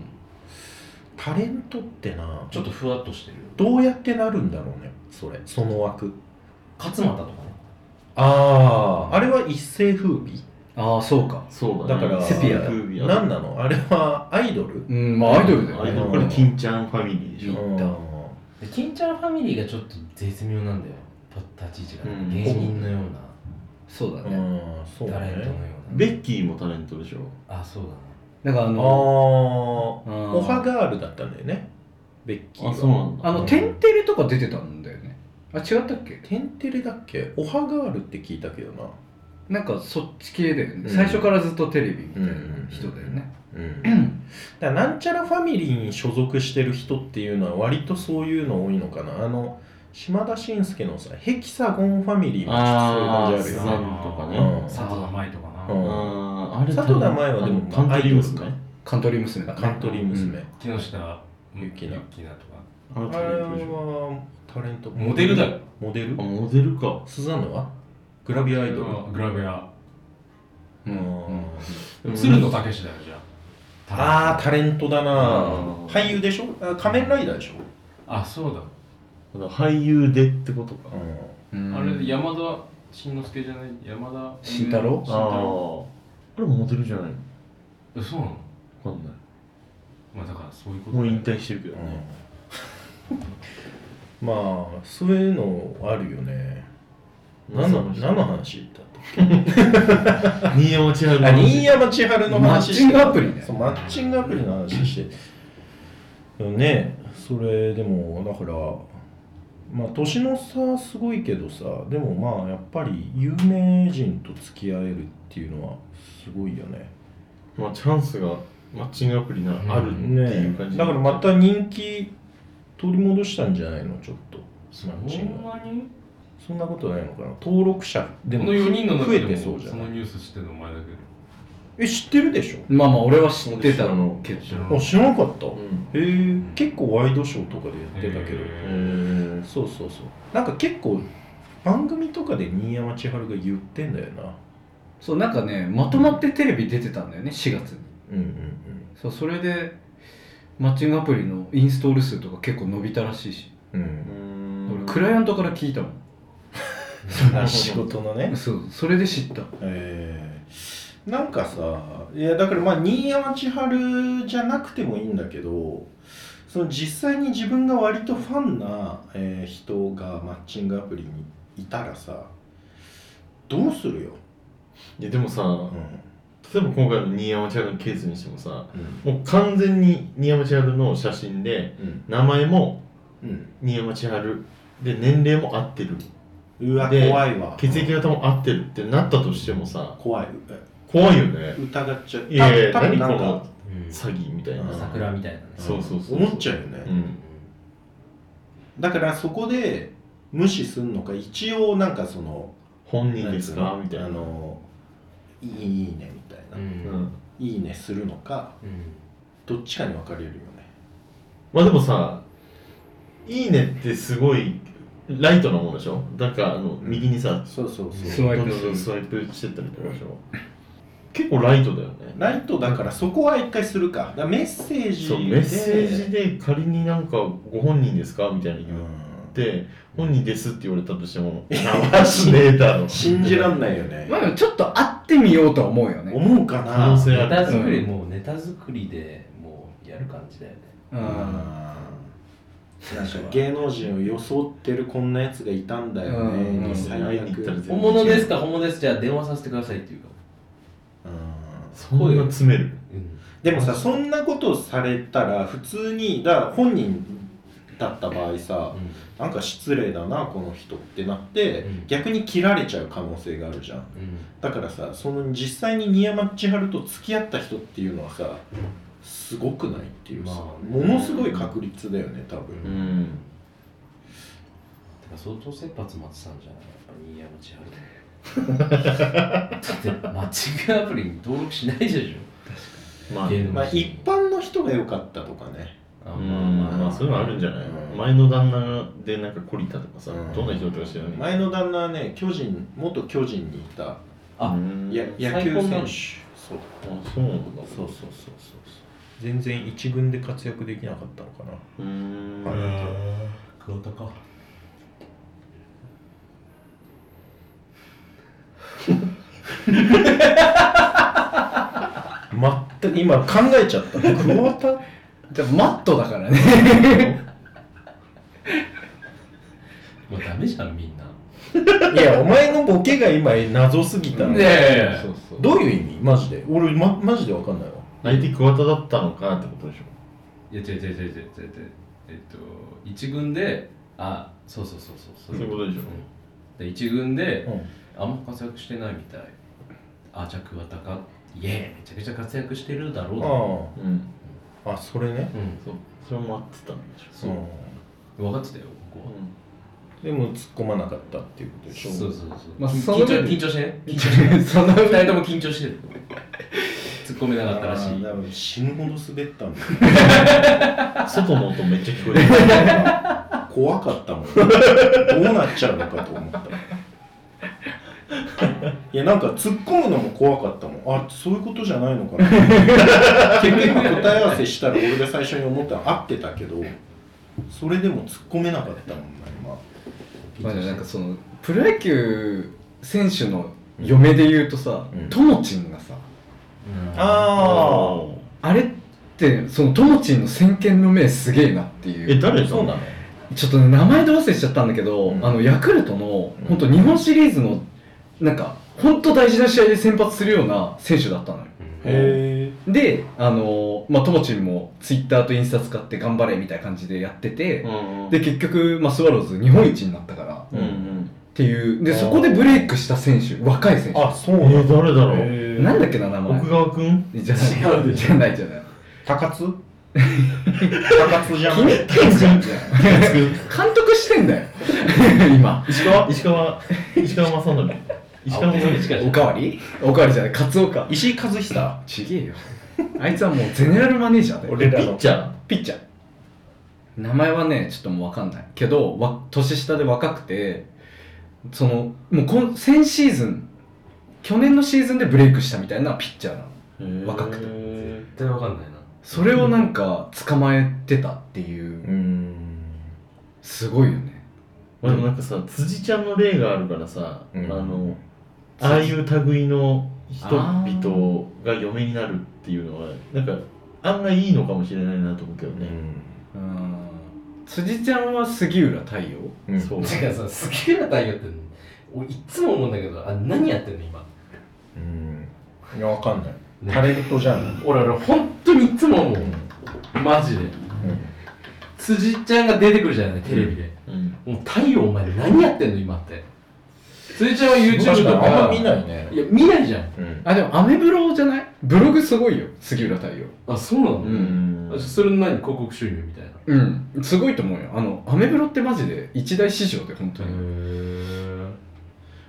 S6: タレントってな
S3: ちょっとふわっとしてる
S6: どうやってなるんだろうねそれその枠
S3: 勝俣とかね
S6: あああれは一世風靡
S2: ああそうか
S4: そうだ
S6: だ
S4: ね
S6: から
S2: セピアだ
S4: 風味ある
S6: 何なのあれはアイドル
S2: うんまあアイドルだよ
S4: ア
S2: ね
S4: イドルこれ金ちゃんファミリーでし
S6: う
S4: ょ
S6: ん
S3: で金ちゃんファミリーがちょっと絶妙なんだよ立ち位置が、
S4: うん
S3: 芸人のような
S2: そうだ
S6: う
S2: ね、
S6: んそう
S3: タ
S6: だ
S3: レントのよ
S6: ね
S3: う
S4: ベ
S3: な
S4: ッキーもタレントでしょ
S3: あそうだな
S2: なんかあ
S6: ああ
S2: の
S6: お
S2: うん
S6: はガールだったんだよねベッキーは
S4: なん
S2: あの「天てれ」とか出てたんだよねあ違ったっけ
S6: テンテレだっけオハガールって聞いたけどな
S2: なんかそっち系だよね、
S6: うん
S2: 最初からずっとテレビみたいな人だよね、
S6: うんだからなんちゃらファミリーに所属してる人っていうのは割とそういうの多いのかなあの島田紳介のさヘキサゴンファミリーも
S4: あ
S6: ちょ
S4: ー
S6: っとそうい
S4: ス
S6: う感じ
S4: ザ
S6: あ
S4: ン
S6: るよね
S4: とか
S6: うん
S4: ね
S1: 佐藤の前とかな、
S6: うん
S4: あーあれ
S6: 佐藤田前はでも
S4: カントリー
S6: アイドル
S4: 娘
S2: カントリー娘だ、ね、
S6: カントリー娘、
S2: うん
S1: 木下
S6: ゆきな
S1: ゆきなとか
S4: あれ
S6: あれはタレント
S1: モデルだよ
S6: モデル
S4: あモデルか
S6: スザンヌはグラビアアイドル
S1: グラビア
S2: うん
S6: うん
S1: 鶴野武史だよじゃ
S6: ああタレントだな
S4: うん
S6: 俳優でしょあ仮面ライダーでしょ、
S1: ああそうだ、
S4: 俳優でってことか
S2: うん
S1: あれ山田慎之介じゃない山田
S2: 慎太郎
S1: 慎
S4: ああこれモデルじゃないの
S1: えそうなの
S4: わかんない
S1: まあだからそういうこと
S4: もう引退してるけどね
S6: うん まあそういうのあるよね何の何の話だった
S4: 新山千春の
S6: あ
S4: 話
S6: 新山千春の
S2: マ
S6: 話
S2: ッ
S6: して
S2: チングアプリね
S6: そうマッチングアプリの話してでもねそれでもだからまあ年の差すごいけどさでもまあやっぱり有名人と付き合えるっていうのはすごいよね
S4: まあチャンスがマッチングアプリならあるっていう
S6: ね
S4: 感じ
S6: だからまた人気取り戻したんじゃないのちょっと
S1: そ
S6: マ
S1: ん
S6: ッチング
S1: なに
S6: そんなことないのかな登録者で
S1: こ
S6: も
S1: の4人の中
S6: 増
S1: で
S6: え
S1: も
S6: てそうじゃ
S1: そ
S6: な
S1: の
S6: い
S1: ニュース知ってるのお前だけ
S6: え知ってるでしょ
S2: まあまあ俺は知ってたのけ
S1: 知ら
S2: ど
S1: な
S6: あ知らなかったへ
S4: うん
S6: え結構ワイドショーとかでやってたけど
S1: へ
S4: えー
S6: そうそうそうなんか結構番組とかで新山千春が言ってんだよな
S2: そうなんかねまとまってテレビ出てたんだよね4月に
S6: うんうんうん
S2: そうそれでマッチングアプリのインストール数とか結構伸びたらしいし
S6: うん、
S2: 俺クライアントから聞いたもん
S6: あ仕事のね
S2: そうそれで知った
S6: えー、なんかさいやだからまあ新山千春じゃなくてもいいんだけどその実際に自分が割とファンな、えー人がマッチングアプリにいたらさどうするよ、
S4: いやでもさ、
S6: うん
S4: 例えば今回の新山千春のケースにしてもさもう完全に新山千春の写真で
S6: うん
S4: 名前も
S6: うん
S4: 新山千春で年齢も合ってる
S6: うわ
S4: で
S6: 怖いわ
S4: 血液型も合ってるってなったとしてもさ
S6: 怖い
S4: 怖いよね
S6: 疑っちゃう
S4: いやいや
S6: た多分
S4: 何
S6: な
S4: こ
S6: ん
S4: の
S6: か
S4: 詐欺みたいな、
S6: うん
S3: 桜みたいなね
S4: そうそうそう
S6: 思っちゃうよね、
S4: うん
S6: だからそこで無視すんのか一応なんかその
S4: 本人です
S6: なんつう
S4: か
S6: の
S4: みたいな
S6: あのいいいいねみたいな、
S4: うん
S6: いいねするのかどっちかに分かれるよね
S4: まあでもさ「いいね」ってすごいライトなものでしょだからあの右にさ
S6: そうそう
S2: ス
S6: そう
S2: ワ
S4: ど
S2: イ
S4: ん
S2: プ
S4: どん
S2: す
S4: どんスワ
S2: る
S4: イプしてったりとかでしょ結構ライトだよね
S6: ライトだからそこは一回するかだからメッセージで
S4: そうメッセージで仮になんかご本人ですかみたいに
S6: う
S4: 言っ
S6: ん
S4: て本人ですって言われたとしても流しねえだろ
S6: 信じらん
S4: い
S6: ないよね
S2: まあでもちょっと会ってみようとは思うよね
S6: 思うかな
S4: 可能性
S3: ネ
S4: あ
S3: タ
S4: る
S3: 作りもうネタ作りでもうやる感じだよね
S2: う
S6: うん
S2: ん
S6: なんか芸能人を装ってるこんなやつがいたんだよね、
S2: うん
S6: に最
S4: 会い
S6: 悪
S4: に行ったら全然
S3: 本物ですか本物ですじゃあ電話させてくださいっていうか
S6: うん
S4: そんな詰める
S3: うん
S6: でもさそんなことされたら普通にだから本人だった場合さなんか失礼だなこの人ってなって、
S3: うん
S6: 逆に切られちゃう可能性があるじゃんだからさその実際に新山千春と付き合った人っていうのはさすごくないっていうさ、
S3: まあ
S6: ものすごい確率だよね多分、
S4: うん
S3: だから相当切羽詰まってたんじゃないやっぱ新山千 春だってマッチングアプリに登録しないでし
S4: まあ
S3: ょ芸能人
S6: まあ一般の人が良かったとかね
S3: あ
S4: う
S3: まあ
S4: ん
S3: まあ
S4: まあそういうのあるんじゃない
S6: うん
S4: 前の旦那でなんか懲りたとかさ
S6: うん
S4: どんな人とか知らない
S6: 前の旦那はね巨人元巨人にいた
S3: あ
S4: うん
S6: や野
S3: 最
S6: 球
S3: 高
S6: 選
S3: なの
S6: 手そう
S4: あそうなんだ
S6: そうそうそうそうそう全然一軍で活躍できなかったのかな
S4: うーん
S6: はい
S3: 桑田か
S6: 全く今考えちゃった クワタ
S2: じゃあマットだからね
S3: もうダメじゃんみんない
S6: やお前のボケが今謎すぎたの
S2: ねえ
S6: そうそうどういう意味マジで俺、ま、マジで分かんないわ
S4: 相手桑田だったのかってことでしょ
S3: いや違う違う違う違う違う違うえっと一軍であそうそうそうそう
S4: そういうことでしょ
S3: うんで一軍で
S6: うん
S3: あんま活躍してないみたいあじゃあ桑田かイエーイめちゃくちゃ活躍してるだろうな
S6: あ
S4: うん
S6: ああそれね
S3: うん
S4: そうそれを待ってたんでしょ
S3: そう分かってたよここは
S6: でも突っ込まなかったっていうことでし
S3: そ
S6: ょ
S3: うそうそう
S2: まあ
S3: 緊
S2: その
S3: 緊張
S2: 分
S3: 緊張してね
S2: その
S3: 二人とも緊張してる突っ込めな
S6: だ
S3: かったらしい
S6: 死ぬほど滑ったんだ
S4: 外の音めっちゃ聞こえてる
S6: 怖かったもんどうなっちゃうのかと思ったいやなんか突っ込むのも怖かったもんあそういうことじゃないの かな結局答え合わせしたら俺が最初に思ったの合ってたけどそれでも突っ込めなかったもんな今
S2: まあ、なんかそのプロ野球選手の嫁で言うとさ
S6: うん
S2: ともちんがさ
S6: あ
S2: あれってそのともちんの先見の明すげえなって
S4: え
S2: いう
S4: 誰
S6: そうなの
S2: ちょっとね名前どうせしちゃったんだけど、
S6: うん
S2: あのヤクルトの
S6: うん
S2: 本当日本シリーズのなんか本当大事な試合で先発するような選手だったのよ
S6: へ
S2: であのまあともちんもツイッターとインスタ使って頑張れみたいな感じでやってて、
S4: うん
S2: で結局、まあ、スワローズ日本一になったからっ
S4: うんうん
S2: ていうで
S6: あー
S2: そこでブレイクした選手若い選
S6: えあそう
S4: え
S6: なの
S4: ー誰だろう
S6: へ
S2: 手
S6: ー
S2: なんだっけな名前
S4: 奥川くん
S2: じゃない
S3: 違うでしょ
S2: じゃないじゃない
S6: 高津高津じゃ
S2: 気
S6: な
S2: に
S6: い
S2: 入ってんじゃんじゃん 監督してんだよ 今
S4: 石川石川石川正則石川正則
S2: おかわりおかわりじゃないカツオか
S6: 石井和久
S2: ちげえよあいつはもうゼネラルマネージャーだよ
S6: 俺ら
S4: ピッ
S6: の
S4: チャー
S2: ピッチャー名前はねちょっともう分かんないけどわ年下で若くてそのもう今先シーズン去年のシーズンでブレイクしたみたいなピッチャーなの若くて
S4: て
S3: 絶対わかんないな
S2: それをなんか捕まえてたっていう
S6: うん
S2: すごいよね
S4: まあ、でもなんかさ辻ちゃんの例があるからさ、
S6: うん
S4: あのああいう類の人
S2: あー
S4: 々が嫁になるっていうのはなんか案外いいのかもしれないなと思うけど
S6: う
S4: ね、
S6: ん
S2: うん辻ちゃんは杉浦太陽
S6: うん
S4: そう
S3: てかさすげえな太陽って俺いっつも思うんだけどあ何やってんの今
S6: うんいやわかんない
S3: ね
S6: タレントじゃん、
S3: 俺俺本当にいっつも思
S6: うん
S3: うマジで辻ちゃんが出てくるじゃないテレビで、
S4: うん
S3: もう太陽お前何やってんの今って辻ちゃんは YouTube と
S6: 確かに
S3: か
S6: あんま見ないね
S3: いや見ないじゃん
S6: うん
S2: あでもアメブロじゃないブログすごいよ杉浦太陽
S3: あそうなの、
S2: う
S4: うん
S3: あそれ何広告収入みたいな
S2: うんすごいと思うよあのアメブロってマジで一大市場で本当に、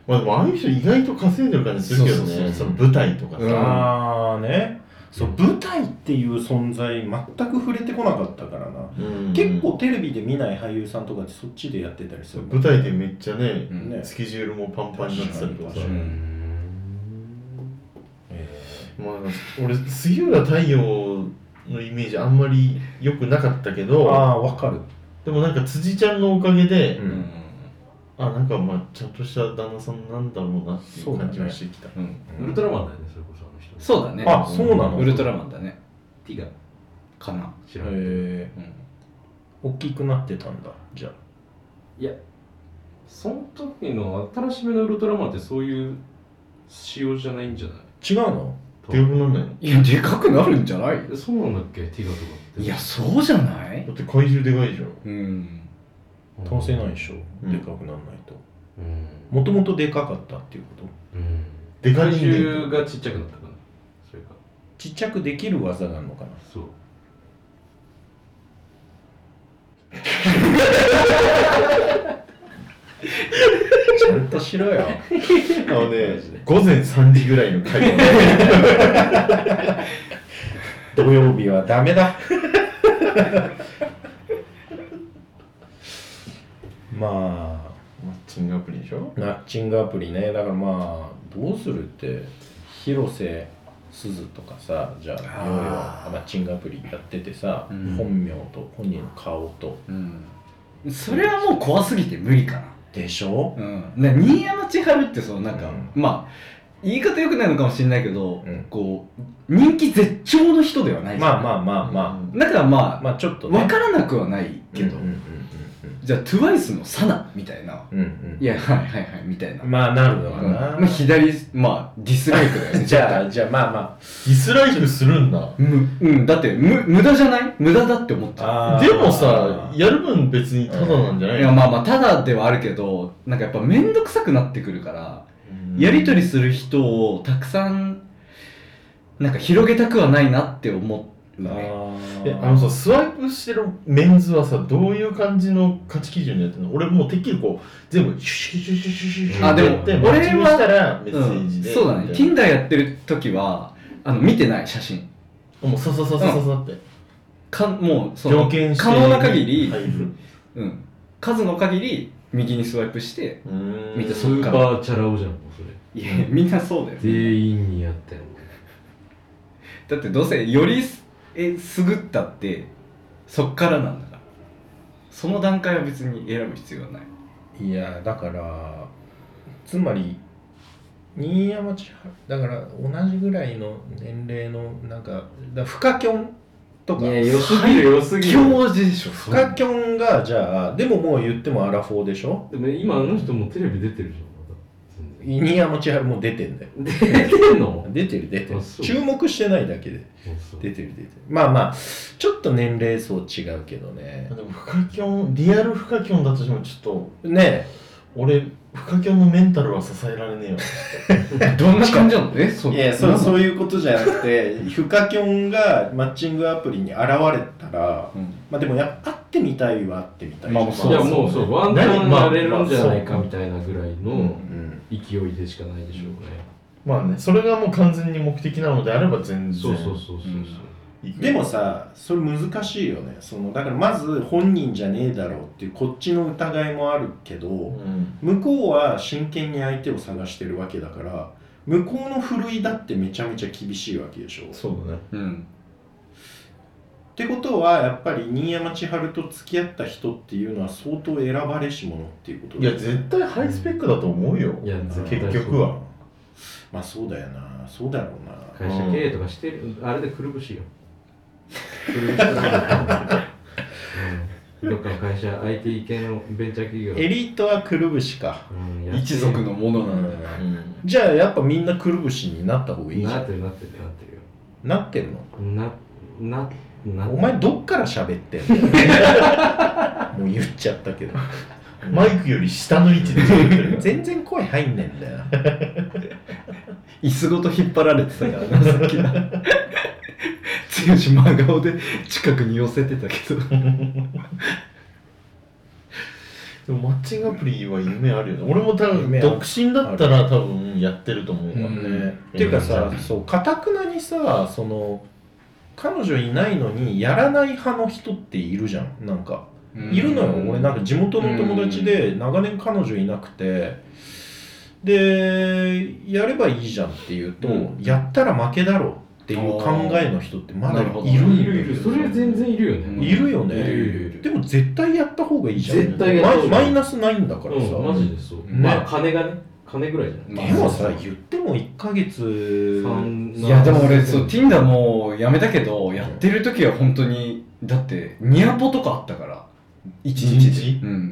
S4: まあでもああいう人意外と稼いでる感じするけどね
S2: そうそうそう
S4: その舞台とかさ、
S2: うん
S6: ああねそう舞台っていう存在全く触れてこなかったからな
S4: うん
S6: 結構テレビで見ない俳優さんとかってそっちでやってたりするもん
S4: 舞台でめっちゃね、
S2: うん
S6: ね
S4: スケジュールもパンパンになってたりとかさ
S6: 確か
S3: う
S6: に
S3: ん
S6: え
S4: まあ、俺杉浦太陽のイメージあんまり良くなかったけ
S6: ー
S4: ど
S6: ああわかる
S4: でもなんか辻ちゃんのおかげで、
S6: う
S2: うん
S6: ん
S4: あなんかまあちゃんとした旦那さんなんだろうなっていう感じはしてきた、
S2: うん
S3: ウルトラマンだよねそれこそあの人
S2: そうだね
S6: あそうなの
S2: ウルトラマンだね
S3: ティガ
S2: かな、
S3: 知らない、
S6: え
S2: うん
S6: ー、大きくなってたんだじゃあ
S3: その時の新しめのウルトラマンってそういう仕様じゃないんじゃない
S6: 違うの
S4: でかくなんないの
S2: いやでかくなるんじゃない
S3: えそうなんだっけティガとかって
S2: いやそうじゃない
S4: だって怪獣でかいじゃん
S2: うん
S6: 倒せないでしょ、
S4: うん
S6: でかくならないと
S3: うん、
S6: もともとでかかったっていうこ
S3: う
S6: と
S3: ん、
S4: でか
S3: 体
S4: い
S3: 重
S4: 人間
S3: がちっちゃくなったかなそれか
S6: ちっちゃくできる技 なのかな
S3: そう
S6: ちゃんとしろよ
S4: あのね午前3時ぐらいの会話
S6: 土曜日はダ メだまあ
S4: マッチングアプリでしょ
S6: マッチングアプリねだからまあどうするって広瀬すずとかさじゃあ
S2: あー
S6: 要はマッチングアプリやっててさ、
S2: うん
S6: 本名と本人の顔と
S2: うんそれはもう怖すぎて無理かな
S6: でしょ
S2: うん、な新山千春ってそのなんか、
S6: う
S2: まあ言い方よくないのかもしれないけど、
S6: うん
S2: こう人気絶頂の人ではないじゃん
S6: まあまあまあま
S2: だから
S6: あ、
S2: まあ、
S6: まあちょっとね
S2: 分からなくはないけど、
S6: うんうん
S2: じゃあ TWICE のサナみたいな
S6: うんうんうん
S2: いやはいはいはいみたいな、
S6: うんまあなるのか
S2: うん
S6: な、
S2: まあ、左まあディスライクだよ ね
S6: じゃあじゃあまあま
S4: ディスライクするんだ
S2: むうんだってむ無駄じゃない無駄だって思っちゃう
S6: ああー
S4: でもさやる分別にただなんじゃない
S2: い
S4: の
S2: やまあまあただではあるけどなんかやっぱ面倒くさくなってくるから、
S4: うん
S2: やり取りする人をたくさんなんか広げたくはないなって思うね
S6: あ
S4: え
S6: ー
S4: あのさスワイプしてるメンズはさどういう感じの価値基準でやってるの俺もうてっきりこう全部シュシュシュシュシュシュシュ
S2: あでも
S4: ってやって
S2: 俺は
S4: マッチングしたらメッセ
S2: う
S4: ー
S2: ん、
S4: ジで、
S2: そうだね
S4: みたい
S2: Tinder やってる時はあの見てない写真
S4: なもうささささささって、
S2: かもうその
S4: 条件指定
S2: 可能な限り、
S4: 入る
S2: うん、数の限り右にスワイプして
S4: うーん
S2: 見て
S3: ス
S2: そっ
S3: ー
S2: か
S3: パーチャラ男じゃんもうそれ
S2: いやみんなそうだよ
S3: 全員にやってんの
S2: だってどうせよりすえすぐったってそっからなんだからその段階は別に選ぶ必要はない
S6: いやだからつまり新山千春だから同じぐらいの年齢のなんかだフカキョンとか
S2: 良すぎる良すぎる教授でしょ
S6: フカキョンがじゃあでももう言ってもアラフォーでしょ
S3: でも今あの人もテレビ出てるじゃんま
S6: 新山千春も出てんだよ
S3: だ全然出てんの
S6: 出てる出てる
S3: あそう
S6: 注目してないだけで出てる出てるまあまあちょっと年齢層違うけどね
S4: でもフカキョンリアルフカキョンだとしてもちょっと
S6: ね
S4: 俺フカキョンのメンタルは支えられねえよ
S2: どんな感じなのえそ
S6: えいや
S2: な
S6: そ
S2: んだ
S6: そういうことじゃなくて フカキョンがマッチングアプリに現れたら
S2: うん
S6: まあでもや会ってみたいは会ってみたいじゃん
S2: まあ
S3: いやもうそうワンチャン
S4: まあ
S3: やれるんじゃないかみたいなぐらいの
S6: うん
S3: 勢いでしかないでしょうね
S4: まあねそれがもう完全に目的なのであれば全然
S3: そうそうそうそうそううん
S4: 行く
S6: でもさそれ難しいよねそのだからまず本人じゃねえだろうっていうこっちの疑いもあるけど、
S4: うん
S6: 向こうは真剣に相手を探してるわけだから向こうのふるいだってめちゃめちゃ厳しいわけでしょっ
S3: そうだね
S2: うん
S6: てことはやっぱり新山千春と付き合った人っていうのは相当選ばれし者っていうこと
S4: い
S6: だ
S4: や
S6: よね
S4: 絶対ハイスペックだと思うよ
S3: いや絶対
S4: 結局は
S6: まあそうだよなそうだろうな
S1: 会社経営とかしてる、あれでくるぶ しよくるぶしとか、うん、どっかの会社 IT 系のベンチャー企業
S6: エリートはくるぶしか
S1: うんやって
S2: 一族のものなんだよ
S4: うん
S6: じゃあやっぱみんなくるぶしになった方がいいじゃ
S1: なっ
S6: ん
S1: てるなってるなってるよ
S6: なってるの
S1: ななな
S6: お前どっから喋ってんのもう言っちゃったけど
S4: マイクより下の位置で喋って る
S6: 全然声入んねえんだよ
S2: 椅子ごと引っ張られてたからなさっきな剛真顔で近くに寄せてたけど
S4: でもマッチングアプリは夢あるよね俺も多
S6: 夢
S4: 分
S6: ある
S4: 独身だったら多分やってると思うわ、
S2: うん
S6: ね、っていうかさ
S4: うん
S6: そうかたくなにさその彼女いないのにやらない派の人っているじゃんなんか いるのよ、俺なんか地元の友達で長年彼女いなくてでやればいいじゃんっていうと、
S4: うん
S6: やったら負けだろっていう考えの人ってまだいるんだよ
S1: いるいるそれ全然いるよね、
S2: うん
S6: いるよね
S1: いるいるいる
S6: でも絶対やった方がいいじゃん
S1: 絶対やった方がいい
S6: マイマイナスないんだからさ、
S1: うん、マジでそう、
S2: ね
S1: まあ金がね金ぐらいじゃない
S2: まあ
S6: でもさ
S2: そう
S6: 言っても1ヶ月
S1: 三
S2: いやでも俺そう Tinder もうやめたけどやってる時は本当にだってニアポとかあったから一日
S4: 一
S2: で、うん、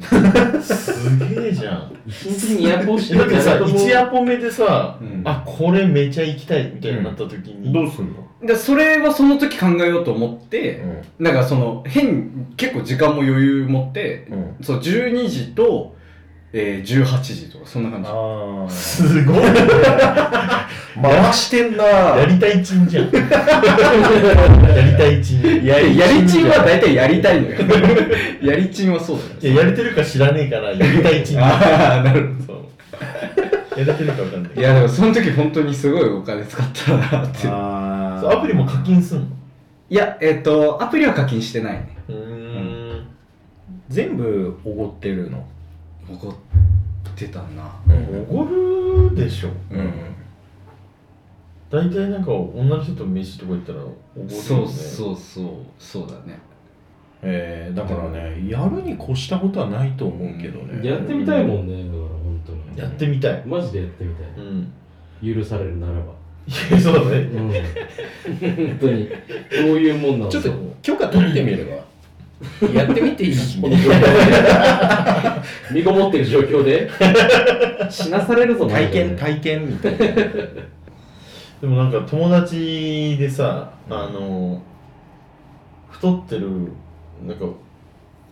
S4: すげえじゃん
S1: 一日に200をし
S4: だ
S1: な
S4: っ
S1: き
S4: て
S1: ゃ
S4: さ
S1: と思う
S4: 1アポ目でさ、
S2: うん
S4: あこれめちゃ行きたいみたいになった時に、
S6: どうすんの、
S2: でそれはその時考えようと思って、
S6: ん
S2: なんかその変結構時間も余裕持って
S6: うん、
S2: そう12時と、えー、18時とかそんな感じ
S6: ああ
S4: すごい、ね、
S6: 回してんな
S4: やりたいちんじゃんやりたいちん
S2: やりやりちんは大体やりたいのよ やりちんはそうだよ
S4: いややれてるか知らねえからやりたいちんじゃん
S2: ああなる
S4: そ
S2: ほ
S4: う。やれてるかわかんない。
S2: どいやでもその時本当にすごいお金使ったなっていう
S6: あ
S4: そうアプリも課金すんの
S2: いやえっ、とアプリは課金してないね
S4: うーん。
S6: 全部おごってるの
S2: 怒ってたな
S4: おごるでしょ。
S2: うん
S4: 大体なんか女の人と飯とか行ったらおごるよね。
S2: そうそうそうそうだね
S6: えー、だからねやるに越したことはないと思うけどね
S1: やってみたいもんねだから本当に
S4: やってみたい。
S1: マジでやってみたい
S4: うん。
S1: 許されるならば
S4: いや、 そうだ
S1: う
S4: ね。
S1: ん本当にどういうもんなの
S6: ちょっと許可取ってみればやってみていい
S1: この状況で身ごもってる状況で死なされるぞ
S6: 体験
S1: マジ
S6: 体験みたいな
S4: でもなんか友達でさ、あの、太ってる、なんか、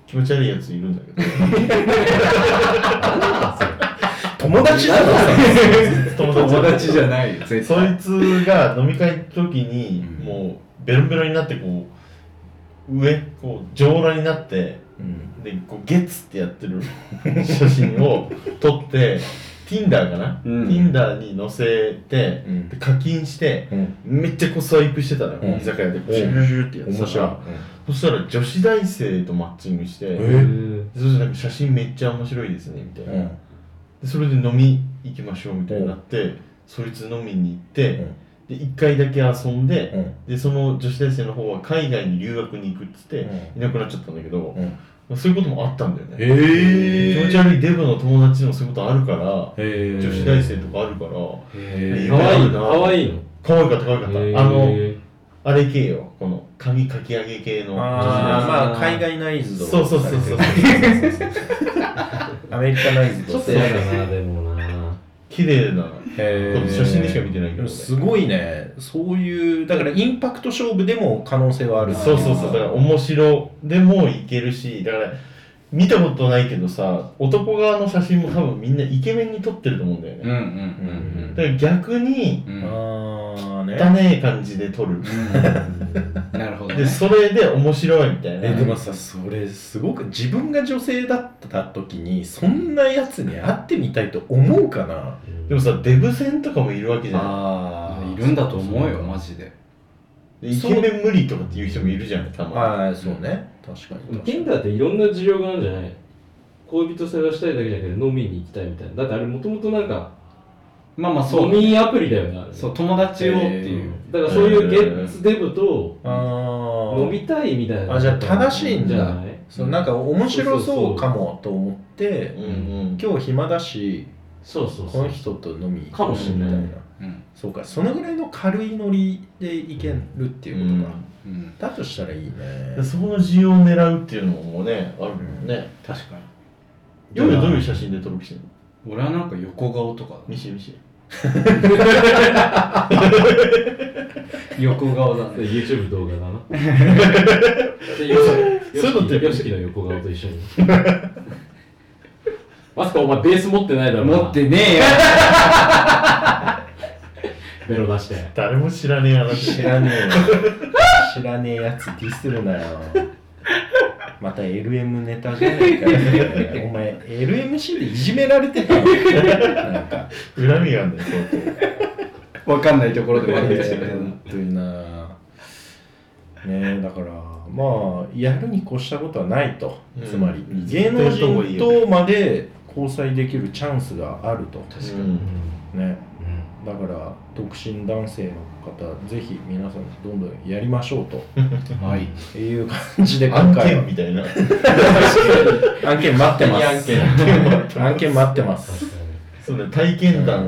S4: 気持ち悪いやついるんだ け
S6: 友達だろ
S4: ど
S2: 友達じ
S4: ゃ
S2: ゃないよ絶
S4: そ
S2: 対
S4: いつが飲み会の時に、
S2: うん
S4: もうベロンベロンになってこう上こう上裸になって
S6: うん
S4: でこうゲッツってやって る写真を撮って Tinder かな、
S2: うん
S4: Tinder に載せて
S6: うん
S4: で課金して
S6: うん
S4: めっちゃこうスワイプしてたのよ、
S6: うん
S4: 居酒屋でこう
S6: うん
S4: シュルシュルってやって
S6: 面
S4: た
S6: 白い
S4: ら、そしたら女子大生とマッチングして、
S1: で
S6: え
S4: そしたらなんか写真めっちゃ面白いですねみたいな、
S6: うん
S4: でそれで飲み行きましょうみたいになって、そいつ飲みに行って、
S6: うん
S4: で1回だけ遊んで、
S6: うん
S4: でその女子大生の方は海外に留学に行くっつって、
S6: う
S4: いなくなっちゃったんだけど、
S6: うん
S4: まあそういうこともあったんだよね、
S6: えー
S4: 気持ち悪いデブの友達のそういうことあるから、
S6: え
S4: 女子大生とかあるから
S6: え
S1: かわいいか
S4: な
S1: わいいの
S4: 可愛かった可愛かった、
S1: へー
S4: あのあれ系よこの髪かき上げ系の女
S6: あ
S4: 子
S6: あまあ海外ナイ
S4: 大
S6: ズ
S4: 生
S6: ド
S4: そうそうそうそうそう
S6: アメリカナイズド
S1: ちょっと嫌だなでもな
S4: 綺麗な
S6: へー
S4: 写真でしか見てないけどね
S6: すごいねそういうだからインパクト勝負でも可能性はある
S4: そうそうそうだから面白でもいけるしだから見たことないけどさ男側の写真も多分みんなイケメンに撮ってると思うんだよ
S2: うんう
S4: ね、
S2: ん
S4: だから逆に
S2: うんうんうん
S6: ああね
S4: 汚ねえ感じで撮る
S2: なるほどね
S4: でそれで面白いみたい
S6: え
S4: な
S6: でもさそれすごく自分が女性だった時にそんなやつに会ってみたいと思うかな
S4: でも
S1: さ
S4: さデブ戦とかもいるわけじゃん
S2: ああいるんだと思うよマジで
S4: でイケメン無理とかっていう人もいるじゃないたま
S6: はい、そうね。確かに。確かに
S1: Tinder っていろんな需要があるんじゃない恋人探したいだけじゃなくて飲みに行きたいみたいなだってあれもともとなんか
S2: まあまあそう
S1: 飲みアプリだよねあれ
S2: そう友達をっていう、
S1: だからそういうゲッツデブと
S6: あー
S1: 飲みたいみたいな
S6: あじゃあ正しいんだ
S1: じゃない
S6: そうなんか面白そうかもと思って
S4: にうん
S6: 今日暇だし
S1: そうそう
S6: こ
S1: そう
S6: の人と飲み行
S1: かもしれない
S6: みた
S2: うん
S6: そうかそのぐらいの軽いノリで行けるって
S4: う
S6: い
S4: んう
S6: う
S4: ん
S6: ことか、
S2: うん
S6: だとしたらいいね
S4: でそこの需要を狙うっていうのもねあるもんね
S6: 確かに
S4: 夜どういう写真で登録してるの
S2: 俺はなんか横顔とか
S4: 見して見して
S2: 横顔だ
S1: で YouTube 動画だなそう
S4: そういうのって
S1: よしきの横顔と一緒に マスカお前ベース持ってないだろうな
S2: 持ってねえよ
S1: ベロ出して
S4: 誰も知らねえ話
S6: 知らねえよ知らねえやつディスるなよまた LM ネタじゃないから、ね、お前 LMC でいじめられてたのなんか
S4: 恨みがあるんだよ相当
S2: わかんないところで悪口言ってるな
S6: 本当になねえだからまあやるに越したことはないと、
S4: うん
S6: つまり
S4: うん
S6: 芸能人とまで交際できるチャンスがあると
S4: 確か
S1: う
S4: に
S1: ん
S6: ね
S1: うん
S6: だから独身男性の方ぜひ皆さんどんどんやりましょう
S2: はい
S6: という感じで
S4: 案
S6: 今回
S4: 件
S6: は
S4: みたいな
S6: 案件待ってます
S2: 案件
S6: 案件待ってます
S1: 確か
S4: そうね体験談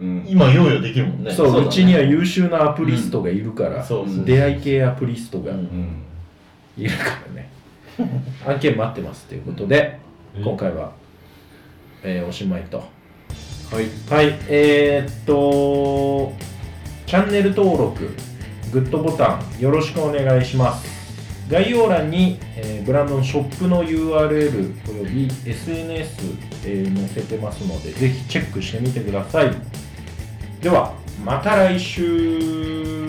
S2: うん
S4: 今用意できるもんね
S6: そう
S2: そうだ
S6: う
S2: ね
S6: ちには優秀なアプリストがいるから、
S4: そうそう
S6: 出会い系アプリストが
S4: うん
S2: うん
S6: いるからね案件待ってますということで、
S1: に
S6: 今回は、えーおしまいとは
S2: はい
S6: いえー、っとチャンネル登録グッドボタンよろしくお願いします概要欄に、えーブランドのショップの URL および SNS、えー載せてますのでぜひチェックしてみてくださいではまた来週